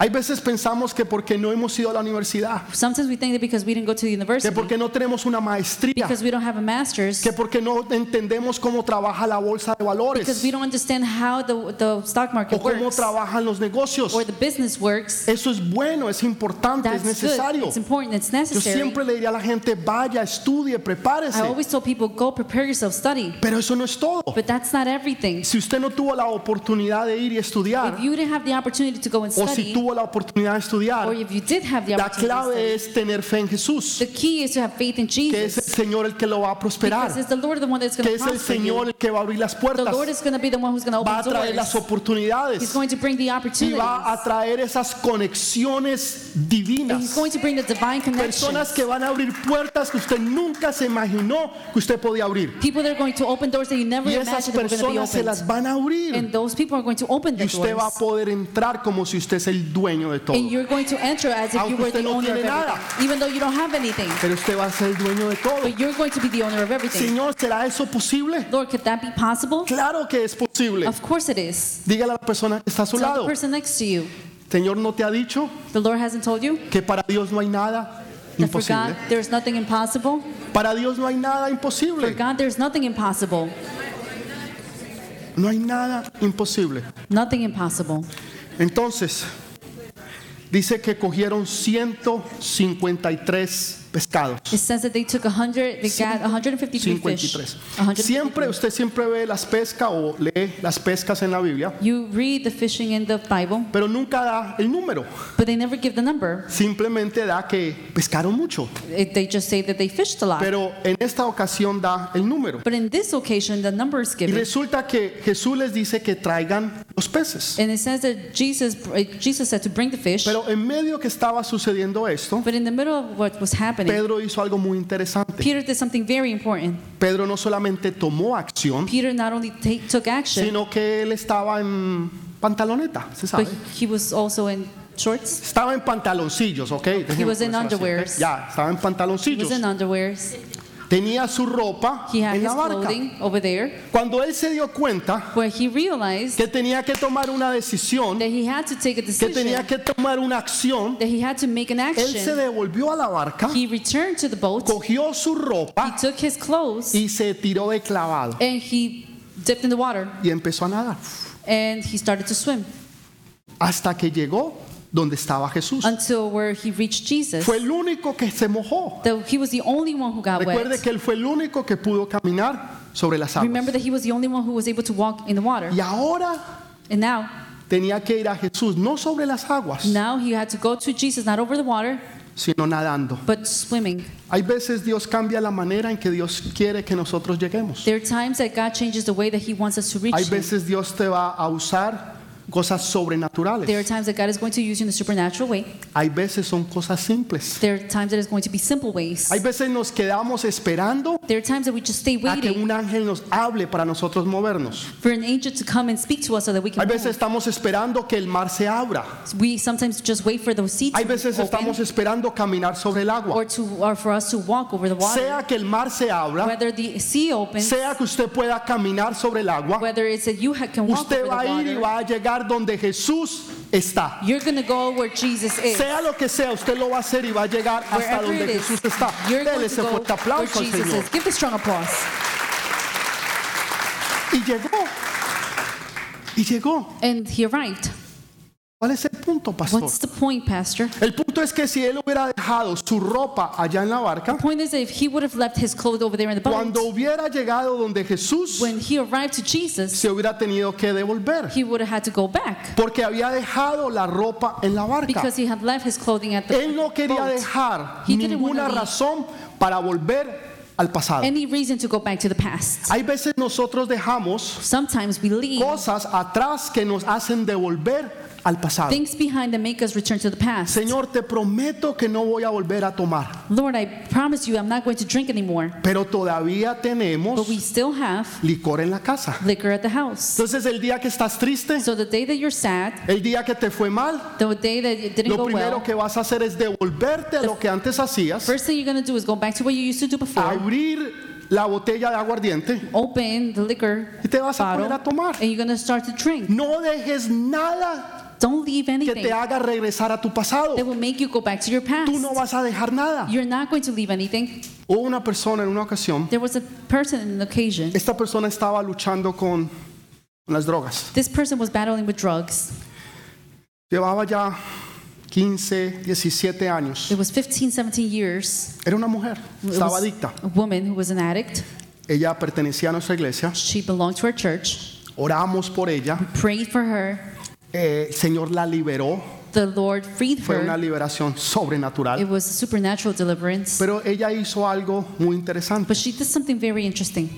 Speaker 1: Hay veces pensamos que porque no hemos ido a la universidad,
Speaker 2: Sometimes we think that because we didn't go to the
Speaker 1: que
Speaker 2: university,
Speaker 1: porque no tenemos una maestría,
Speaker 2: because we don't have a master's,
Speaker 1: que porque no entendemos cómo trabaja la bolsa de
Speaker 2: because
Speaker 1: valores
Speaker 2: we don't understand how the, the stock market
Speaker 1: o cómo
Speaker 2: works
Speaker 1: trabajan los negocios.
Speaker 2: or the business works,
Speaker 1: Eso es bueno, es importante, es
Speaker 2: that's good.
Speaker 1: necesario.
Speaker 2: It's important. It's
Speaker 1: Yo
Speaker 2: necessary.
Speaker 1: siempre le diría a la gente, vaya, estudie, prepárese.
Speaker 2: I always tell people, go prepare yourself, study.
Speaker 1: Pero eso no es todo.
Speaker 2: But that's not everything.
Speaker 1: Si usted no tuvo la oportunidad de ir y
Speaker 2: If
Speaker 1: estudiar,
Speaker 2: you didn't have the opportunity to go and
Speaker 1: o si
Speaker 2: study,
Speaker 1: tuvo la oportunidad de
Speaker 2: or
Speaker 1: estudiar,
Speaker 2: if you did have the
Speaker 1: la
Speaker 2: opportunity, to
Speaker 1: clave
Speaker 2: study,
Speaker 1: es tener fe en Jesús,
Speaker 2: the key is to have faith in
Speaker 1: que es el
Speaker 2: Jesus.
Speaker 1: Señor el que lo va a
Speaker 2: Because
Speaker 1: prosperar,
Speaker 2: it's the Lord the one that's going
Speaker 1: que
Speaker 2: to
Speaker 1: es el
Speaker 2: prosper you.
Speaker 1: Señor el que va a abrir las
Speaker 2: The
Speaker 1: puertas,
Speaker 2: Lord is going to be the one who's going to
Speaker 1: va a
Speaker 2: open
Speaker 1: traer las
Speaker 2: doors. He's
Speaker 1: oportunidades
Speaker 2: going to bring the
Speaker 1: y
Speaker 2: opportunities.
Speaker 1: va a traer esas conexiones
Speaker 2: He's
Speaker 1: divinas.
Speaker 2: going to bring the divine connection.
Speaker 1: Personas que van a abrir puertas que usted nunca se imaginó que usted podía abrir.
Speaker 2: People that are going to open doors that you never
Speaker 1: Y esas
Speaker 2: imagined that were going to be
Speaker 1: personas se las
Speaker 2: opened.
Speaker 1: van a abrir.
Speaker 2: And those people are going to open
Speaker 1: Y
Speaker 2: their
Speaker 1: usted va a
Speaker 2: doors.
Speaker 1: poder entrar como si usted es el dueño de todo.
Speaker 2: And you're going to enter as if you
Speaker 1: Aunque
Speaker 2: were
Speaker 1: usted
Speaker 2: the
Speaker 1: no
Speaker 2: owner of
Speaker 1: tiene nada.
Speaker 2: everything. Even though you don't have anything.
Speaker 1: Pero usted va a ser el dueño de todo.
Speaker 2: But you're going to be the owner of everything.
Speaker 1: Señor, ¿será eso posible?
Speaker 2: Lord, could that be possible?
Speaker 1: Claro que es posible.
Speaker 2: Of course it is.
Speaker 1: Dígale a la persona que está a su
Speaker 2: Tell the
Speaker 1: lado.
Speaker 2: person next to you.
Speaker 1: Señor, ¿no te ha dicho
Speaker 2: The Lord hasn't told you
Speaker 1: que para Dios no hay nada
Speaker 2: that for God
Speaker 1: imposible? eh?
Speaker 2: there's nothing impossible.
Speaker 1: Para Dios no hay nada
Speaker 2: For
Speaker 1: imposible.
Speaker 2: God there's nothing impossible.
Speaker 1: No hay nada imposible.
Speaker 2: Nothing impossible.
Speaker 1: Entonces, dice que cogieron 153 pescados.
Speaker 2: It says that they took 100, they got 153 fish.
Speaker 1: 53.
Speaker 2: 153.
Speaker 1: Siempre usted siempre ve las pescas o lee las pescas en la Biblia,
Speaker 2: You read the fishing in the Bible,
Speaker 1: pero nunca da el número.
Speaker 2: but they never give the number.
Speaker 1: Simplemente da que pescaron mucho,
Speaker 2: It, they just say that they fished a lot.
Speaker 1: pero en esta ocasión da el número.
Speaker 2: but in this occasion, the number is
Speaker 1: Y
Speaker 2: given.
Speaker 1: resulta que Jesús les dice que traigan los peces.
Speaker 2: And it says that Jesus, uh, Jesus said to bring the fish.
Speaker 1: Pero en medio que estaba sucediendo esto,
Speaker 2: but in the middle of what was happening,
Speaker 1: Pedro hizo algo muy interesante.
Speaker 2: Peter did something very important.
Speaker 1: Pedro no solamente tomó acción,
Speaker 2: Peter not only ta- took action,
Speaker 1: sino que él estaba en pantaloneta, se sabe.
Speaker 2: but he was also in shorts.
Speaker 1: Estaba en pantaloncillos, ¿ok? Déjenme
Speaker 2: was
Speaker 1: ponerlo
Speaker 2: in
Speaker 1: así, ¿ok?
Speaker 2: underwears.
Speaker 1: Ya, estaba en
Speaker 2: He was
Speaker 1: pantaloncillos.
Speaker 2: in underwears.
Speaker 1: Tenía su ropa
Speaker 2: He had
Speaker 1: en
Speaker 2: his
Speaker 1: la barca.
Speaker 2: clothing over there,
Speaker 1: Cuando él se dio cuenta
Speaker 2: where he realized
Speaker 1: que tenía que tomar una decisión,
Speaker 2: that he had to take a
Speaker 1: que
Speaker 2: decision,
Speaker 1: tenía que tomar una acción,
Speaker 2: that he had to make an
Speaker 1: él se
Speaker 2: action.
Speaker 1: devolvió a la barca,
Speaker 2: He returned to the boat.
Speaker 1: cogió su
Speaker 2: He
Speaker 1: ropa
Speaker 2: took his clothes
Speaker 1: y se tiró de clavado
Speaker 2: and he dipped in the water
Speaker 1: y empezó a nadar
Speaker 2: and he started to swim
Speaker 1: hasta que llegó donde estaba Jesús.
Speaker 2: until where he reached Jesus.
Speaker 1: Fue el único que se mojó.
Speaker 2: Though he was the only one who got
Speaker 1: Recuerde
Speaker 2: wet.
Speaker 1: que él fue el único que pudo caminar sobre las aguas.
Speaker 2: Remember that he was the only one who was able to walk in the water.
Speaker 1: Y ahora
Speaker 2: And now,
Speaker 1: tenía que ir a Jesús, no sobre las aguas,
Speaker 2: now he had to go to Jesus, not over the water,
Speaker 1: sino nadando.
Speaker 2: but swimming.
Speaker 1: Hay veces Dios cambia la manera en que Dios quiere que nosotros lleguemos.
Speaker 2: There are times that God changes the way that he wants us to reach
Speaker 1: Hay
Speaker 2: him.
Speaker 1: veces Dios te va a usar cosas
Speaker 2: There are
Speaker 1: sobrenaturales.
Speaker 2: times that God is going to use you in a supernatural way.
Speaker 1: Hay veces son cosas simples.
Speaker 2: There are times that it's going to be simple ways.
Speaker 1: Hay veces nos quedamos esperando
Speaker 2: There are times that we just stay
Speaker 1: a que
Speaker 2: waiting
Speaker 1: un ángel nos hable para nosotros movernos.
Speaker 2: for an angel to come and speak to us so that we can
Speaker 1: Hay
Speaker 2: move.
Speaker 1: veces estamos esperando que el mar se abra.
Speaker 2: We sometimes just wait for those seats
Speaker 1: Hay
Speaker 2: to be
Speaker 1: veces estamos
Speaker 2: open
Speaker 1: esperando caminar sobre el
Speaker 2: or
Speaker 1: agua.
Speaker 2: to or for us to walk over the water.
Speaker 1: Sea que el mar se abra,
Speaker 2: Whether the sea opens,
Speaker 1: sea que usted pueda caminar sobre el agua,
Speaker 2: whether it's that you ha- can walk
Speaker 1: usted
Speaker 2: over
Speaker 1: va a ir y
Speaker 2: the water,
Speaker 1: va a llegar donde Jesús está.
Speaker 2: you're going to go where Jesus is.
Speaker 1: Sea lo que sea, usted lo va a hacer y va a llegar hasta
Speaker 2: Wherever
Speaker 1: donde
Speaker 2: it is,
Speaker 1: Jesús está.
Speaker 2: you're
Speaker 1: Dele
Speaker 2: going to
Speaker 1: ese
Speaker 2: go
Speaker 1: fuerte
Speaker 2: where
Speaker 1: aplauso al
Speaker 2: Jesus
Speaker 1: Señor.
Speaker 2: is. Give a strong applause.
Speaker 1: Y llegó. Y llegó.
Speaker 2: And he arrived.
Speaker 1: ¿Cuál es el punto, pastor?
Speaker 2: What's the point, Pastor?
Speaker 1: El punto es que si él hubiera dejado su ropa allá en la barca,
Speaker 2: The point is that if he would have left his clothes over there in the boat,
Speaker 1: cuando hubiera llegado donde Jesús,
Speaker 2: when he arrived to Jesus,
Speaker 1: se hubiera tenido que devolver.
Speaker 2: he would have had to go back
Speaker 1: Porque había dejado la ropa en la barca.
Speaker 2: because he had left his clothing at the
Speaker 1: Él no quería
Speaker 2: boat.
Speaker 1: dejar
Speaker 2: He didn't wanna
Speaker 1: ninguna
Speaker 2: leave.
Speaker 1: razón para volver al pasado.
Speaker 2: Any reason to go back to the past.
Speaker 1: Hay veces nosotros dejamos
Speaker 2: Sometimes we leave
Speaker 1: cosas atrás que nos hacen devolver al pasado.
Speaker 2: things behind that make us return to the past.
Speaker 1: Señor, te prometo que no voy a volver a tomar,
Speaker 2: Lord, I promise you I'm not going to drink anymore.
Speaker 1: pero todavía
Speaker 2: But
Speaker 1: tenemos
Speaker 2: we still have
Speaker 1: licor en la casa.
Speaker 2: liquor at the house.
Speaker 1: Entonces el día que estás triste,
Speaker 2: So the day that you're sad,
Speaker 1: el día que te fue mal,
Speaker 2: the day that it didn't
Speaker 1: lo
Speaker 2: go
Speaker 1: primero
Speaker 2: well,
Speaker 1: que vas a hacer es devolverte a lo que antes hacías,
Speaker 2: first thing you're going to do is go back to what you used to do before.
Speaker 1: abrir la botella de aguardiente
Speaker 2: open the liquor
Speaker 1: y te vas a poner
Speaker 2: bottle
Speaker 1: a tomar.
Speaker 2: and you're going to start to drink.
Speaker 1: No dejes nada
Speaker 2: Don't leave
Speaker 1: que te
Speaker 2: anything
Speaker 1: haga regresar a tu pasado.
Speaker 2: that will make you go back to your past.
Speaker 1: Tú no vas a dejar nada.
Speaker 2: You're not going to leave anything.
Speaker 1: Hubo una persona en una ocasión,
Speaker 2: There was a person in an occasion.
Speaker 1: esta persona estaba luchando con las drogas.
Speaker 2: This person was battling with drugs.
Speaker 1: Llevaba ya 15, 17 años.
Speaker 2: It was 15, 17 years.
Speaker 1: Era una mujer,
Speaker 2: It
Speaker 1: estaba
Speaker 2: was
Speaker 1: adicta.
Speaker 2: A woman who was an addict.
Speaker 1: Ella pertenecía a nuestra iglesia,
Speaker 2: She belonged to our church.
Speaker 1: oramos por ella,
Speaker 2: Prayed for her.
Speaker 1: eh, el Señor la liberó,
Speaker 2: The Lord freed
Speaker 1: fue una
Speaker 2: her.
Speaker 1: liberación
Speaker 2: It
Speaker 1: sobrenatural.
Speaker 2: was a supernatural deliverance.
Speaker 1: Pero ella hizo algo muy interesante.
Speaker 2: But she did something very interesting.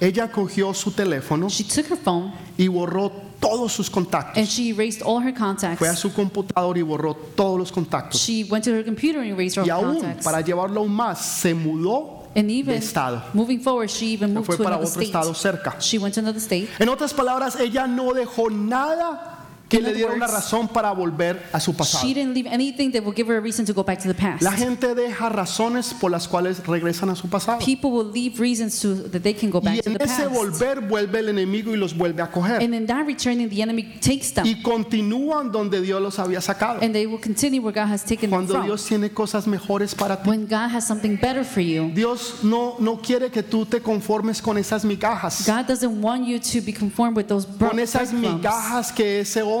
Speaker 1: Ella cogió su teléfono
Speaker 2: She took her phone
Speaker 1: y borró todos sus contactos.
Speaker 2: and she erased all her contacts.
Speaker 1: Fue a su computador y borró todos los contactos.
Speaker 2: She went to her computer and erased her
Speaker 1: Y aún,
Speaker 2: contacts.
Speaker 1: para llevarlo aún más, se mudó
Speaker 2: and
Speaker 1: de
Speaker 2: even
Speaker 1: estado.
Speaker 2: moving forward, she even moved
Speaker 1: Fue
Speaker 2: to
Speaker 1: para
Speaker 2: another
Speaker 1: otro
Speaker 2: state.
Speaker 1: estado cerca.
Speaker 2: She went to another state.
Speaker 1: En otras palabras, ella no dejó nada que
Speaker 2: In
Speaker 1: le
Speaker 2: other
Speaker 1: diera una
Speaker 2: words,
Speaker 1: razón para volver a su pasado.
Speaker 2: She didn't leave anything that will give her a reason to go back to the past.
Speaker 1: La gente deja razones por las cuales regresan a su pasado.
Speaker 2: People will leave reasons to, that they can go back
Speaker 1: Y
Speaker 2: to
Speaker 1: en
Speaker 2: the
Speaker 1: ese
Speaker 2: past.
Speaker 1: volver vuelve el enemigo y los vuelve a coger.
Speaker 2: and in that returning, the enemy takes them
Speaker 1: Y continúan donde Dios los había sacado.
Speaker 2: and they will continue where God has taken them
Speaker 1: Cuando
Speaker 2: from.
Speaker 1: Dios tiene cosas mejores para ti.
Speaker 2: when God has something better for you,
Speaker 1: Dios no, no quiere que tú te conformes con esas migajas.
Speaker 2: God doesn't want you to be conformed with those bro-
Speaker 1: Con esas
Speaker 2: breadcrumbs.
Speaker 1: migajas que ese hombre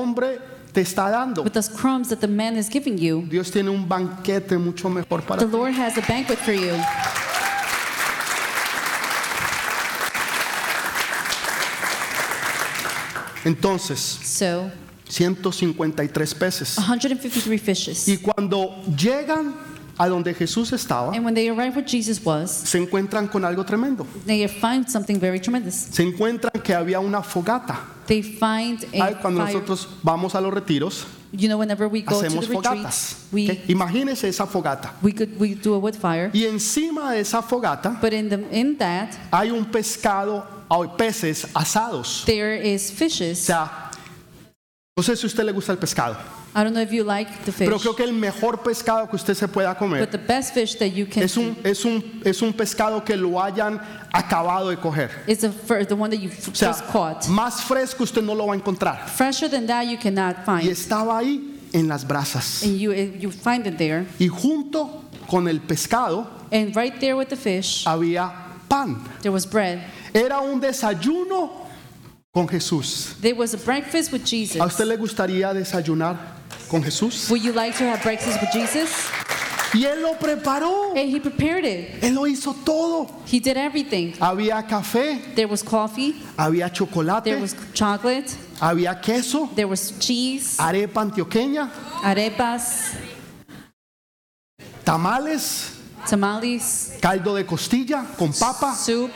Speaker 1: te está dando.
Speaker 2: with those crumbs that the man is giving you.
Speaker 1: Dios tiene un banquete mucho mejor para
Speaker 2: The
Speaker 1: ti.
Speaker 2: Lord has a banquet for you.
Speaker 1: Entonces,
Speaker 2: So,
Speaker 1: 153 peces.
Speaker 2: 153 fishes.
Speaker 1: Y cuando llegan a donde Jesús estaba,
Speaker 2: And when they arrived where Jesus was,
Speaker 1: se encuentran con algo tremendo.
Speaker 2: they find something very tremendous.
Speaker 1: Se encuentran que había una fogata.
Speaker 2: They find a
Speaker 1: Ay, cuando
Speaker 2: Eh, fire.
Speaker 1: nosotros vamos a los retiros,
Speaker 2: You know, whenever we go to the
Speaker 1: hacemos
Speaker 2: retreats,
Speaker 1: fogatas.
Speaker 2: we,
Speaker 1: ¿ok? Imagínense esa fogata.
Speaker 2: we, could, we do a wood fire.
Speaker 1: Y encima de esa fogata
Speaker 2: But in, the, in that,
Speaker 1: hay un pescado, hay peces asados.
Speaker 2: there is
Speaker 1: O
Speaker 2: fishes.
Speaker 1: sea, no sé si a usted le gusta el pescado,
Speaker 2: I don't know if you like the
Speaker 1: pero
Speaker 2: fish,
Speaker 1: creo que el mejor pescado que usted se pueda
Speaker 2: but
Speaker 1: comer
Speaker 2: the best fish that you can
Speaker 1: es un, es un, es un pescado que lo hayan acabado de coger.
Speaker 2: is the, fir- the one that you f-
Speaker 1: O sea,
Speaker 2: just caught.
Speaker 1: más fresco usted no lo va a encontrar.
Speaker 2: Fresher than that, you cannot
Speaker 1: Y
Speaker 2: find.
Speaker 1: estaba ahí en las brasas.
Speaker 2: And you, eh, you find it there.
Speaker 1: Y junto con el pescado
Speaker 2: And right there with the fish,
Speaker 1: Ah. había pan.
Speaker 2: there was bread.
Speaker 1: Era un desayuno con Jesús.
Speaker 2: There was a breakfast with
Speaker 1: ¿A
Speaker 2: Jesus.
Speaker 1: usted le gustaría desayunar con Jesús?
Speaker 2: Would you like to have breakfast with Jesus?
Speaker 1: Y él lo preparó.
Speaker 2: And he prepared it.
Speaker 1: Él lo hizo todo.
Speaker 2: He did everything.
Speaker 1: Había café,
Speaker 2: There was coffee,
Speaker 1: había
Speaker 2: there
Speaker 1: chocolate,
Speaker 2: was chocolate,
Speaker 1: había queso,
Speaker 2: there was cheese,
Speaker 1: arepa antioqueña,
Speaker 2: arepas,
Speaker 1: tamales,
Speaker 2: tamales,
Speaker 1: caldo de costilla con papa.
Speaker 2: soup.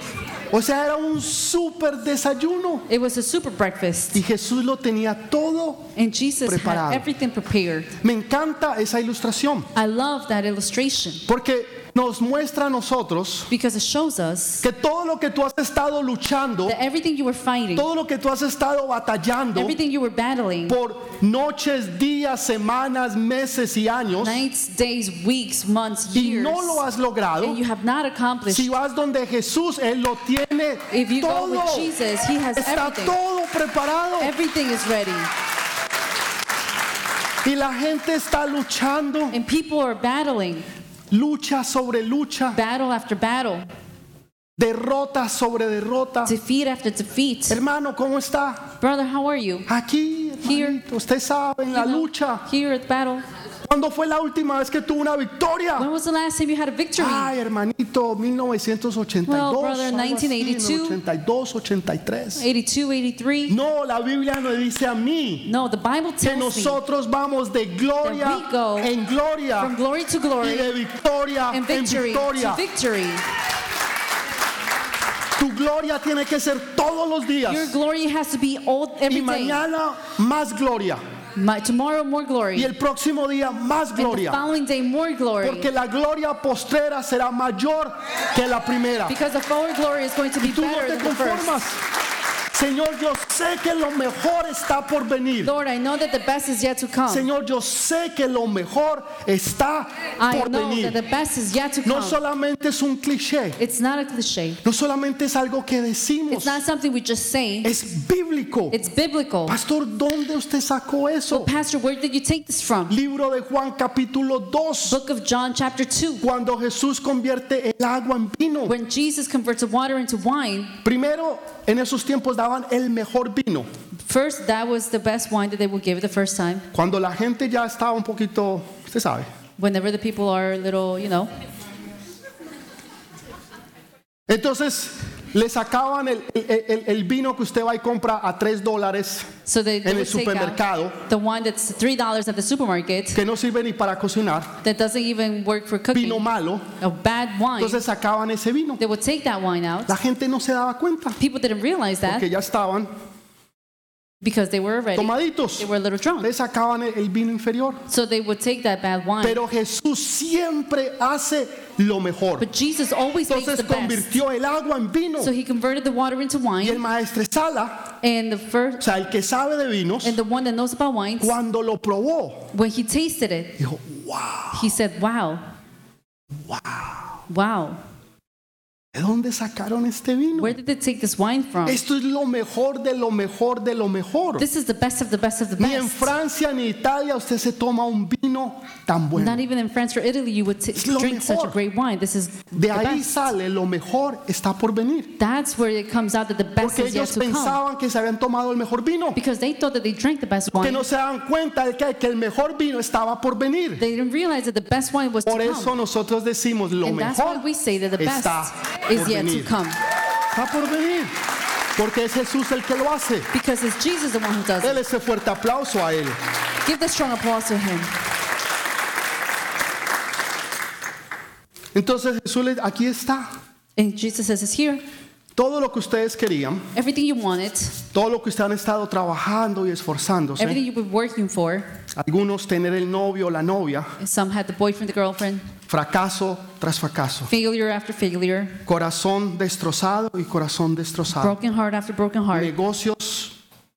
Speaker 1: O sea, era un súper desayuno.
Speaker 2: It was a super breakfast.
Speaker 1: Y Jesús lo tenía todo.
Speaker 2: And Jesus
Speaker 1: Preparado.
Speaker 2: had everything prepared.
Speaker 1: Me encanta esa ilustración
Speaker 2: I love that illustration
Speaker 1: porque nos muestra a nosotros
Speaker 2: because it shows us
Speaker 1: que todo lo que tú has estado luchando
Speaker 2: that everything you were fighting,
Speaker 1: todo lo que tú has estado batallando
Speaker 2: everything you were battling,
Speaker 1: por noches, días, semanas, meses y años
Speaker 2: nights, days, weeks, months,
Speaker 1: y no lo
Speaker 2: years,
Speaker 1: has logrado,
Speaker 2: and you have not accomplished
Speaker 1: si vas donde Jesús, Él lo tiene
Speaker 2: If you go
Speaker 1: todo.
Speaker 2: with Jesus, he has
Speaker 1: Está
Speaker 2: everything.
Speaker 1: todo preparado
Speaker 2: Everything is ready.
Speaker 1: y la gente está luchando,
Speaker 2: And people are battling,
Speaker 1: lucha sobre lucha,
Speaker 2: battle after battle,
Speaker 1: derrota sobre derrota.
Speaker 2: defeat after defeat.
Speaker 1: Hermano, ¿cómo está?
Speaker 2: Brother, how are you?
Speaker 1: Aquí,
Speaker 2: Here.
Speaker 1: hermanito, usted sabe, en la
Speaker 2: You know,
Speaker 1: lucha.
Speaker 2: Here at the battle.
Speaker 1: ¿Cuándo fue la última vez que tuvo una victoria?
Speaker 2: When was the last time you had a victory?
Speaker 1: Ay, hermanito, 1982,
Speaker 2: Well, brother,
Speaker 1: algo así,
Speaker 2: 1982.
Speaker 1: 82, 83.
Speaker 2: 82, 83.
Speaker 1: No, la Biblia nos dice a mí
Speaker 2: No, the Bible
Speaker 1: que
Speaker 2: tells me
Speaker 1: nosotros vamos de gloria
Speaker 2: That we go
Speaker 1: en
Speaker 2: from
Speaker 1: gloria
Speaker 2: glory to
Speaker 1: y
Speaker 2: glory
Speaker 1: de victoria en
Speaker 2: and victory to
Speaker 1: victoria.
Speaker 2: victory.
Speaker 1: Tu gloria tiene que ser todos los
Speaker 2: Your
Speaker 1: días
Speaker 2: glory has to be all every
Speaker 1: y
Speaker 2: day.
Speaker 1: mañana más gloria
Speaker 2: My, tomorrow, more
Speaker 1: y
Speaker 2: glory.
Speaker 1: el próximo día más
Speaker 2: And the
Speaker 1: gloria,
Speaker 2: following day, more glory.
Speaker 1: porque la gloria postrera será mayor que la primera.
Speaker 2: Because the forward glory is going to be
Speaker 1: Tú no
Speaker 2: better
Speaker 1: te
Speaker 2: than the first.
Speaker 1: conformas. Señor, yo sé que lo mejor está por venir.
Speaker 2: Lord, I know that the best is yet to come.
Speaker 1: Señor, yo sé que lo mejor está
Speaker 2: I
Speaker 1: por
Speaker 2: know that the
Speaker 1: venir.
Speaker 2: best is yet to
Speaker 1: No
Speaker 2: come.
Speaker 1: solamente es un cliché,
Speaker 2: It's not a cliche.
Speaker 1: no solamente es algo que decimos,
Speaker 2: It's not something we just say.
Speaker 1: es bíblico.
Speaker 2: It's biblical.
Speaker 1: Pastor, ¿dónde usted sacó
Speaker 2: Well,
Speaker 1: eso?
Speaker 2: Pastor, where did you take this from?
Speaker 1: Libro de Juan capítulo 2,
Speaker 2: Book of John, chapter 2.
Speaker 1: cuando Jesús convierte el agua en vino.
Speaker 2: When Jesus converts the water into wine,
Speaker 1: Primero, en esos tiempos daban el mejor vino.
Speaker 2: first, that was the best wine that they would give the first time.
Speaker 1: Cuando la gente ya estaba un poquito, usted sabe.
Speaker 2: Whenever the people are a little, you know.
Speaker 1: Entonces, le sacaban el, el- el- el vino que usted va y compra a 3 dólares,
Speaker 2: So they, they
Speaker 1: En el
Speaker 2: would take
Speaker 1: supermercado.
Speaker 2: out the wine that's $3 at the supermarket
Speaker 1: que no sirve ni para cocinar,
Speaker 2: that doesn't even work for cooking.
Speaker 1: vino malo.
Speaker 2: a bad wine,
Speaker 1: Entonces sacaban ese vino.
Speaker 2: they would take that wine out.
Speaker 1: La gente no se daba cuenta
Speaker 2: People didn't realize that
Speaker 1: que ya estaban
Speaker 2: because they were already
Speaker 1: tomaditos.
Speaker 2: they were a little drunk.
Speaker 1: Le sacaban el- el vino inferior.
Speaker 2: So they would take that bad wine.
Speaker 1: Pero Jesús siempre hace lo mejor.
Speaker 2: but Jesus always makes
Speaker 1: Entonces
Speaker 2: Pues, the best.
Speaker 1: convirtió el agua en vino.
Speaker 2: So he converted the water into
Speaker 1: Y el
Speaker 2: wine,
Speaker 1: maestro Sala,
Speaker 2: and the
Speaker 1: o
Speaker 2: first
Speaker 1: sea, el que sabe de vinos,
Speaker 2: and the one that knows about wines,
Speaker 1: cuando lo probó,
Speaker 2: when he tasted it,
Speaker 1: dijo, wow,
Speaker 2: he said, "Wow,
Speaker 1: wow,
Speaker 2: wow,
Speaker 1: ¿de dónde sacaron este vino?
Speaker 2: where did they take this wine from?
Speaker 1: Esto es lo mejor de lo mejor de lo mejor.
Speaker 2: This is the best of the best of the
Speaker 1: Ni en
Speaker 2: best.
Speaker 1: Francia ni Italia usted se toma un vino tan bueno.
Speaker 2: Not even in France or Italy you would t-
Speaker 1: Es lo
Speaker 2: drink such a
Speaker 1: mejor.
Speaker 2: great wine. This is
Speaker 1: De
Speaker 2: the
Speaker 1: ahí
Speaker 2: best.
Speaker 1: sale lo mejor está por venir.
Speaker 2: That's where it comes out that the best
Speaker 1: Porque
Speaker 2: is yet
Speaker 1: ellos
Speaker 2: to come.
Speaker 1: pensaban que se habían tomado el mejor vino.
Speaker 2: Because they thought that they drank the best
Speaker 1: Que
Speaker 2: wine.
Speaker 1: no se dan cuenta de que, que el mejor vino estaba por venir.
Speaker 2: They didn't realize that the best wine was
Speaker 1: Por
Speaker 2: to
Speaker 1: eso
Speaker 2: come.
Speaker 1: nosotros decimos lo
Speaker 2: And that's why
Speaker 1: mejor
Speaker 2: we say that the best
Speaker 1: está
Speaker 2: is
Speaker 1: por
Speaker 2: yet to
Speaker 1: venir.
Speaker 2: come.
Speaker 1: Está por venir. Porque es Jesús el que lo hace.
Speaker 2: Because it's Jesus the one who does it.
Speaker 1: Dele ese fuerte aplauso a él.
Speaker 2: Give the strong applause to him.
Speaker 1: Entonces Jesús le aquí está.
Speaker 2: And Jesus says, It's here.
Speaker 1: Todo lo que ustedes querían,
Speaker 2: Everything you wanted,
Speaker 1: todo lo que ustedes han estado trabajando y esforzándose.
Speaker 2: everything you've been working for.
Speaker 1: Algunos tener el novio o la novia,
Speaker 2: And some had the boyfriend, the girlfriend,
Speaker 1: fracaso tras fracaso.
Speaker 2: failure after failure,
Speaker 1: Corazón destrozado y corazón destrozado.
Speaker 2: broken heart after broken heart,
Speaker 1: Negocios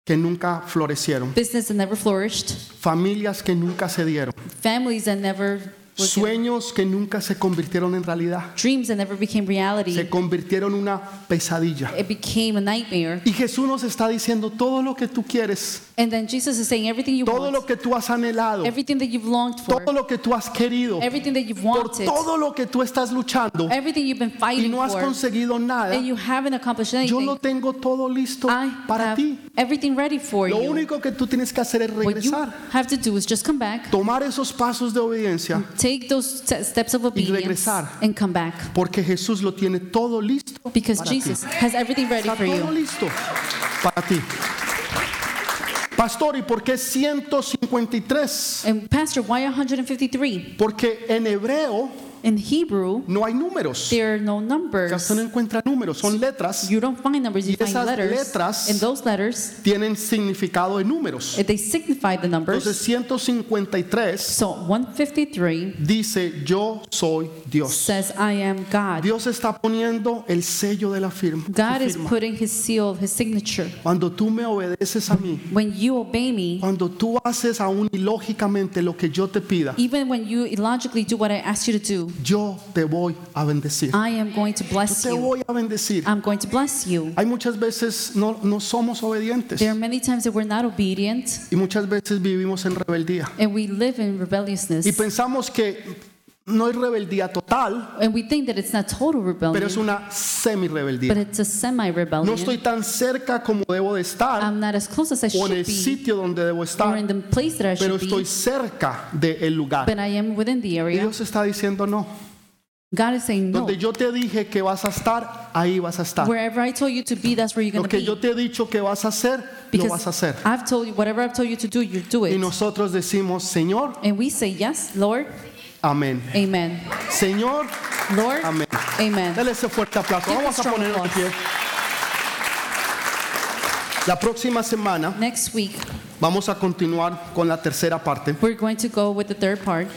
Speaker 1: que nunca florecieron,
Speaker 2: business that never flourished,
Speaker 1: familias que nunca se dieron,
Speaker 2: families that never was given,
Speaker 1: sueños que nunca se convirtieron en realidad.
Speaker 2: dreams that never became reality.
Speaker 1: se convirtieron en una pesadilla.
Speaker 2: It became a nightmare.
Speaker 1: Y Jesús nos está diciendo todo lo que tú quieres,
Speaker 2: And then Jesus is saying, Everything you
Speaker 1: todo
Speaker 2: want,
Speaker 1: lo que tú has anhelado,
Speaker 2: everything that you've longed for,
Speaker 1: todo lo que tú has querido,
Speaker 2: everything that you've
Speaker 1: por
Speaker 2: wanted,
Speaker 1: todo lo que tú estás luchando
Speaker 2: everything you've been
Speaker 1: y
Speaker 2: fighting
Speaker 1: no has
Speaker 2: for,
Speaker 1: conseguido nada,
Speaker 2: and you haven't accomplished
Speaker 1: yo lo
Speaker 2: anything,
Speaker 1: tengo todo listo
Speaker 2: I
Speaker 1: para
Speaker 2: have
Speaker 1: ti.
Speaker 2: everything ready for
Speaker 1: Lo
Speaker 2: you.
Speaker 1: único que tú tienes que hacer es
Speaker 2: What you
Speaker 1: regresar,
Speaker 2: have to do is just come back,
Speaker 1: tomar esos pasos de obediencia,
Speaker 2: take those te- steps of obedience,
Speaker 1: regresar.
Speaker 2: and come back.
Speaker 1: porque Jesús lo tiene todo listo
Speaker 2: Because
Speaker 1: para ti.
Speaker 2: Jesus has everything ready
Speaker 1: Está
Speaker 2: for
Speaker 1: todo
Speaker 2: you.
Speaker 1: listo para ti. Pastor, ¿y por qué 153?
Speaker 2: And Pastor, why 153?
Speaker 1: Porque en hebreo
Speaker 2: In Hebrew,
Speaker 1: no hay números.
Speaker 2: there are no
Speaker 1: O sea, Usted no
Speaker 2: numbers.
Speaker 1: encuentra números, son letras.
Speaker 2: You don't find numbers, you
Speaker 1: Y
Speaker 2: find
Speaker 1: esas
Speaker 2: letters.
Speaker 1: letras-
Speaker 2: And those letters,
Speaker 1: Tienen significado de números.
Speaker 2: eh, they signify the
Speaker 1: Entonces
Speaker 2: numbers.
Speaker 1: 153
Speaker 2: So 153
Speaker 1: dice yo soy Dios.
Speaker 2: says, I am God.
Speaker 1: Dios está poniendo el sello de la firma.
Speaker 2: God
Speaker 1: su
Speaker 2: is
Speaker 1: firma.
Speaker 2: putting his seal, his signature.
Speaker 1: Cuando tú me obedeces a mí,
Speaker 2: When you obey me,
Speaker 1: cuando tú haces aún ilógicamente lo que yo te pida,
Speaker 2: even when you illogically do what I ask you to do,
Speaker 1: yo te voy a bendecir.
Speaker 2: I am going to
Speaker 1: Yo
Speaker 2: bless
Speaker 1: te
Speaker 2: you.
Speaker 1: voy a bendecir.
Speaker 2: I'm going to bless you.
Speaker 1: Hay muchas veces no, no somos obedientes
Speaker 2: There are many times that we're not obedient
Speaker 1: y muchas veces vivimos en rebeldía.
Speaker 2: and we live in
Speaker 1: Y
Speaker 2: rebelliousness.
Speaker 1: pensamos que no es rebeldía total,
Speaker 2: And we think that it's not total
Speaker 1: pero es
Speaker 2: rebellion,
Speaker 1: una
Speaker 2: but
Speaker 1: semi-rebeldía.
Speaker 2: it's a semi
Speaker 1: No
Speaker 2: rebellion.
Speaker 1: estoy tan cerca como debo de estar
Speaker 2: I'm not as close as I
Speaker 1: o en el
Speaker 2: should be
Speaker 1: sitio donde debo
Speaker 2: or
Speaker 1: estar,
Speaker 2: in the place that I
Speaker 1: pero
Speaker 2: should
Speaker 1: estoy
Speaker 2: be,
Speaker 1: cerca del lugar.
Speaker 2: but I am within the
Speaker 1: Y
Speaker 2: area.
Speaker 1: Dios está diciendo no.
Speaker 2: God is saying, No.
Speaker 1: Donde yo te dije que vas a estar, ahí vas a estar.
Speaker 2: Wherever I told you to be, that's where you're
Speaker 1: Lo
Speaker 2: going
Speaker 1: que
Speaker 2: to be.
Speaker 1: yo te he dicho que vas a hacer, lo vas a
Speaker 2: Because
Speaker 1: hacer.
Speaker 2: I've told you, whatever I've told you to do, you do
Speaker 1: Y
Speaker 2: it.
Speaker 1: nosotros decimos, Señor,
Speaker 2: And we say, Yes, Lord,
Speaker 1: amén.
Speaker 2: Amen.
Speaker 1: Señor,
Speaker 2: Lord,
Speaker 1: amén.
Speaker 2: Amen.
Speaker 1: Dale ese fuerte aplauso.
Speaker 2: Give
Speaker 1: Vamos
Speaker 2: us
Speaker 1: a
Speaker 2: strong
Speaker 1: ponernos de pie.
Speaker 2: applause.
Speaker 1: La próxima semana
Speaker 2: Next week,
Speaker 1: Vamos a continuar con la tercera parte.
Speaker 2: we're going to go with the third part.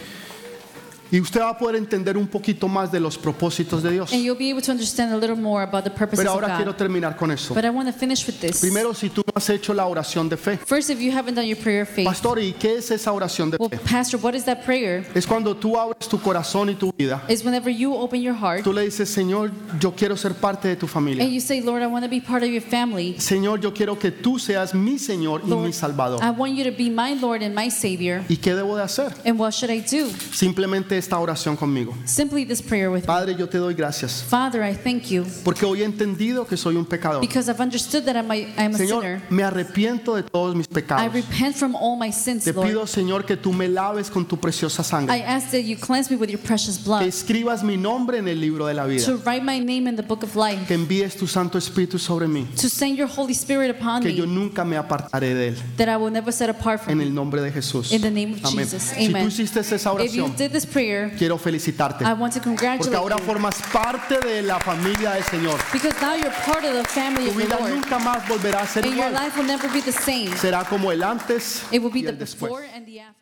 Speaker 1: y usted va a poder entender un poquito más de los propósitos de Dios.
Speaker 2: and you'll be able to understand a little more about the purposes
Speaker 1: Pero
Speaker 2: of
Speaker 1: ahora quiero
Speaker 2: God.
Speaker 1: terminar con eso.
Speaker 2: But I want to finish with this.
Speaker 1: Primero, si tú no has hecho la oración de fe.
Speaker 2: First, if you haven't done your prayer of faith,
Speaker 1: Pastor, eh, ¿y qué es esa oración de
Speaker 2: well,
Speaker 1: fe?
Speaker 2: Pastor, what is that prayer?
Speaker 1: Es cuando tú abres tu corazón y tu vida.
Speaker 2: Is whenever you open your heart
Speaker 1: Tú le dices, Señor, yo quiero ser parte de tu
Speaker 2: and
Speaker 1: familia.
Speaker 2: you say, Lord, I want to be part of your family.
Speaker 1: Señor, yo quiero que tú seas mi Señor y
Speaker 2: Lord, Ah.
Speaker 1: mi Salvador.
Speaker 2: I want you to be my Lord and my Savior.
Speaker 1: ¿Y qué debo de hacer?
Speaker 2: And what should I do?
Speaker 1: Simplemente esta oración conmigo.
Speaker 2: Simply this prayer with me.
Speaker 1: Padre, yo te doy gracias
Speaker 2: Father, I thank you
Speaker 1: porque hoy he entendido que soy un pecador.
Speaker 2: because I've understood that I'm a, I'm a
Speaker 1: Señor,
Speaker 2: sinner.
Speaker 1: me arrepiento de todos mis
Speaker 2: I
Speaker 1: pecados.
Speaker 2: repent from all my sins,
Speaker 1: Te
Speaker 2: Lord.
Speaker 1: pido, Señor, que tú me laves con tu preciosa
Speaker 2: I
Speaker 1: sangre.
Speaker 2: ask that you cleanse me with your precious
Speaker 1: Que
Speaker 2: blood
Speaker 1: escribas mi nombre en el libro de la vida.
Speaker 2: to write my name in the book of life,
Speaker 1: Que envíes tu Santo Espíritu sobre mí.
Speaker 2: to send your Holy Spirit upon
Speaker 1: Que yo
Speaker 2: me,
Speaker 1: nunca me apartaré de él.
Speaker 2: that I will never set apart
Speaker 1: En
Speaker 2: from
Speaker 1: el
Speaker 2: you.
Speaker 1: nombre de Jesús.
Speaker 2: In the name of
Speaker 1: Amén.
Speaker 2: Jesus.
Speaker 1: Si tú
Speaker 2: Amen.
Speaker 1: hiciste esa
Speaker 2: If you
Speaker 1: oración,
Speaker 2: did this prayer,
Speaker 1: quiero felicitarte.
Speaker 2: I want to
Speaker 1: Porque ahora
Speaker 2: congratulate you
Speaker 1: formas parte de la familia del Señor.
Speaker 2: because now you're part of the family
Speaker 1: Tu
Speaker 2: of the
Speaker 1: vida
Speaker 2: Lord,
Speaker 1: nunca más volverá a ser
Speaker 2: and your
Speaker 1: igual.
Speaker 2: life will never be the same.
Speaker 1: Será como el antes
Speaker 2: It will be
Speaker 1: y
Speaker 2: the
Speaker 1: el después.
Speaker 2: before and the after.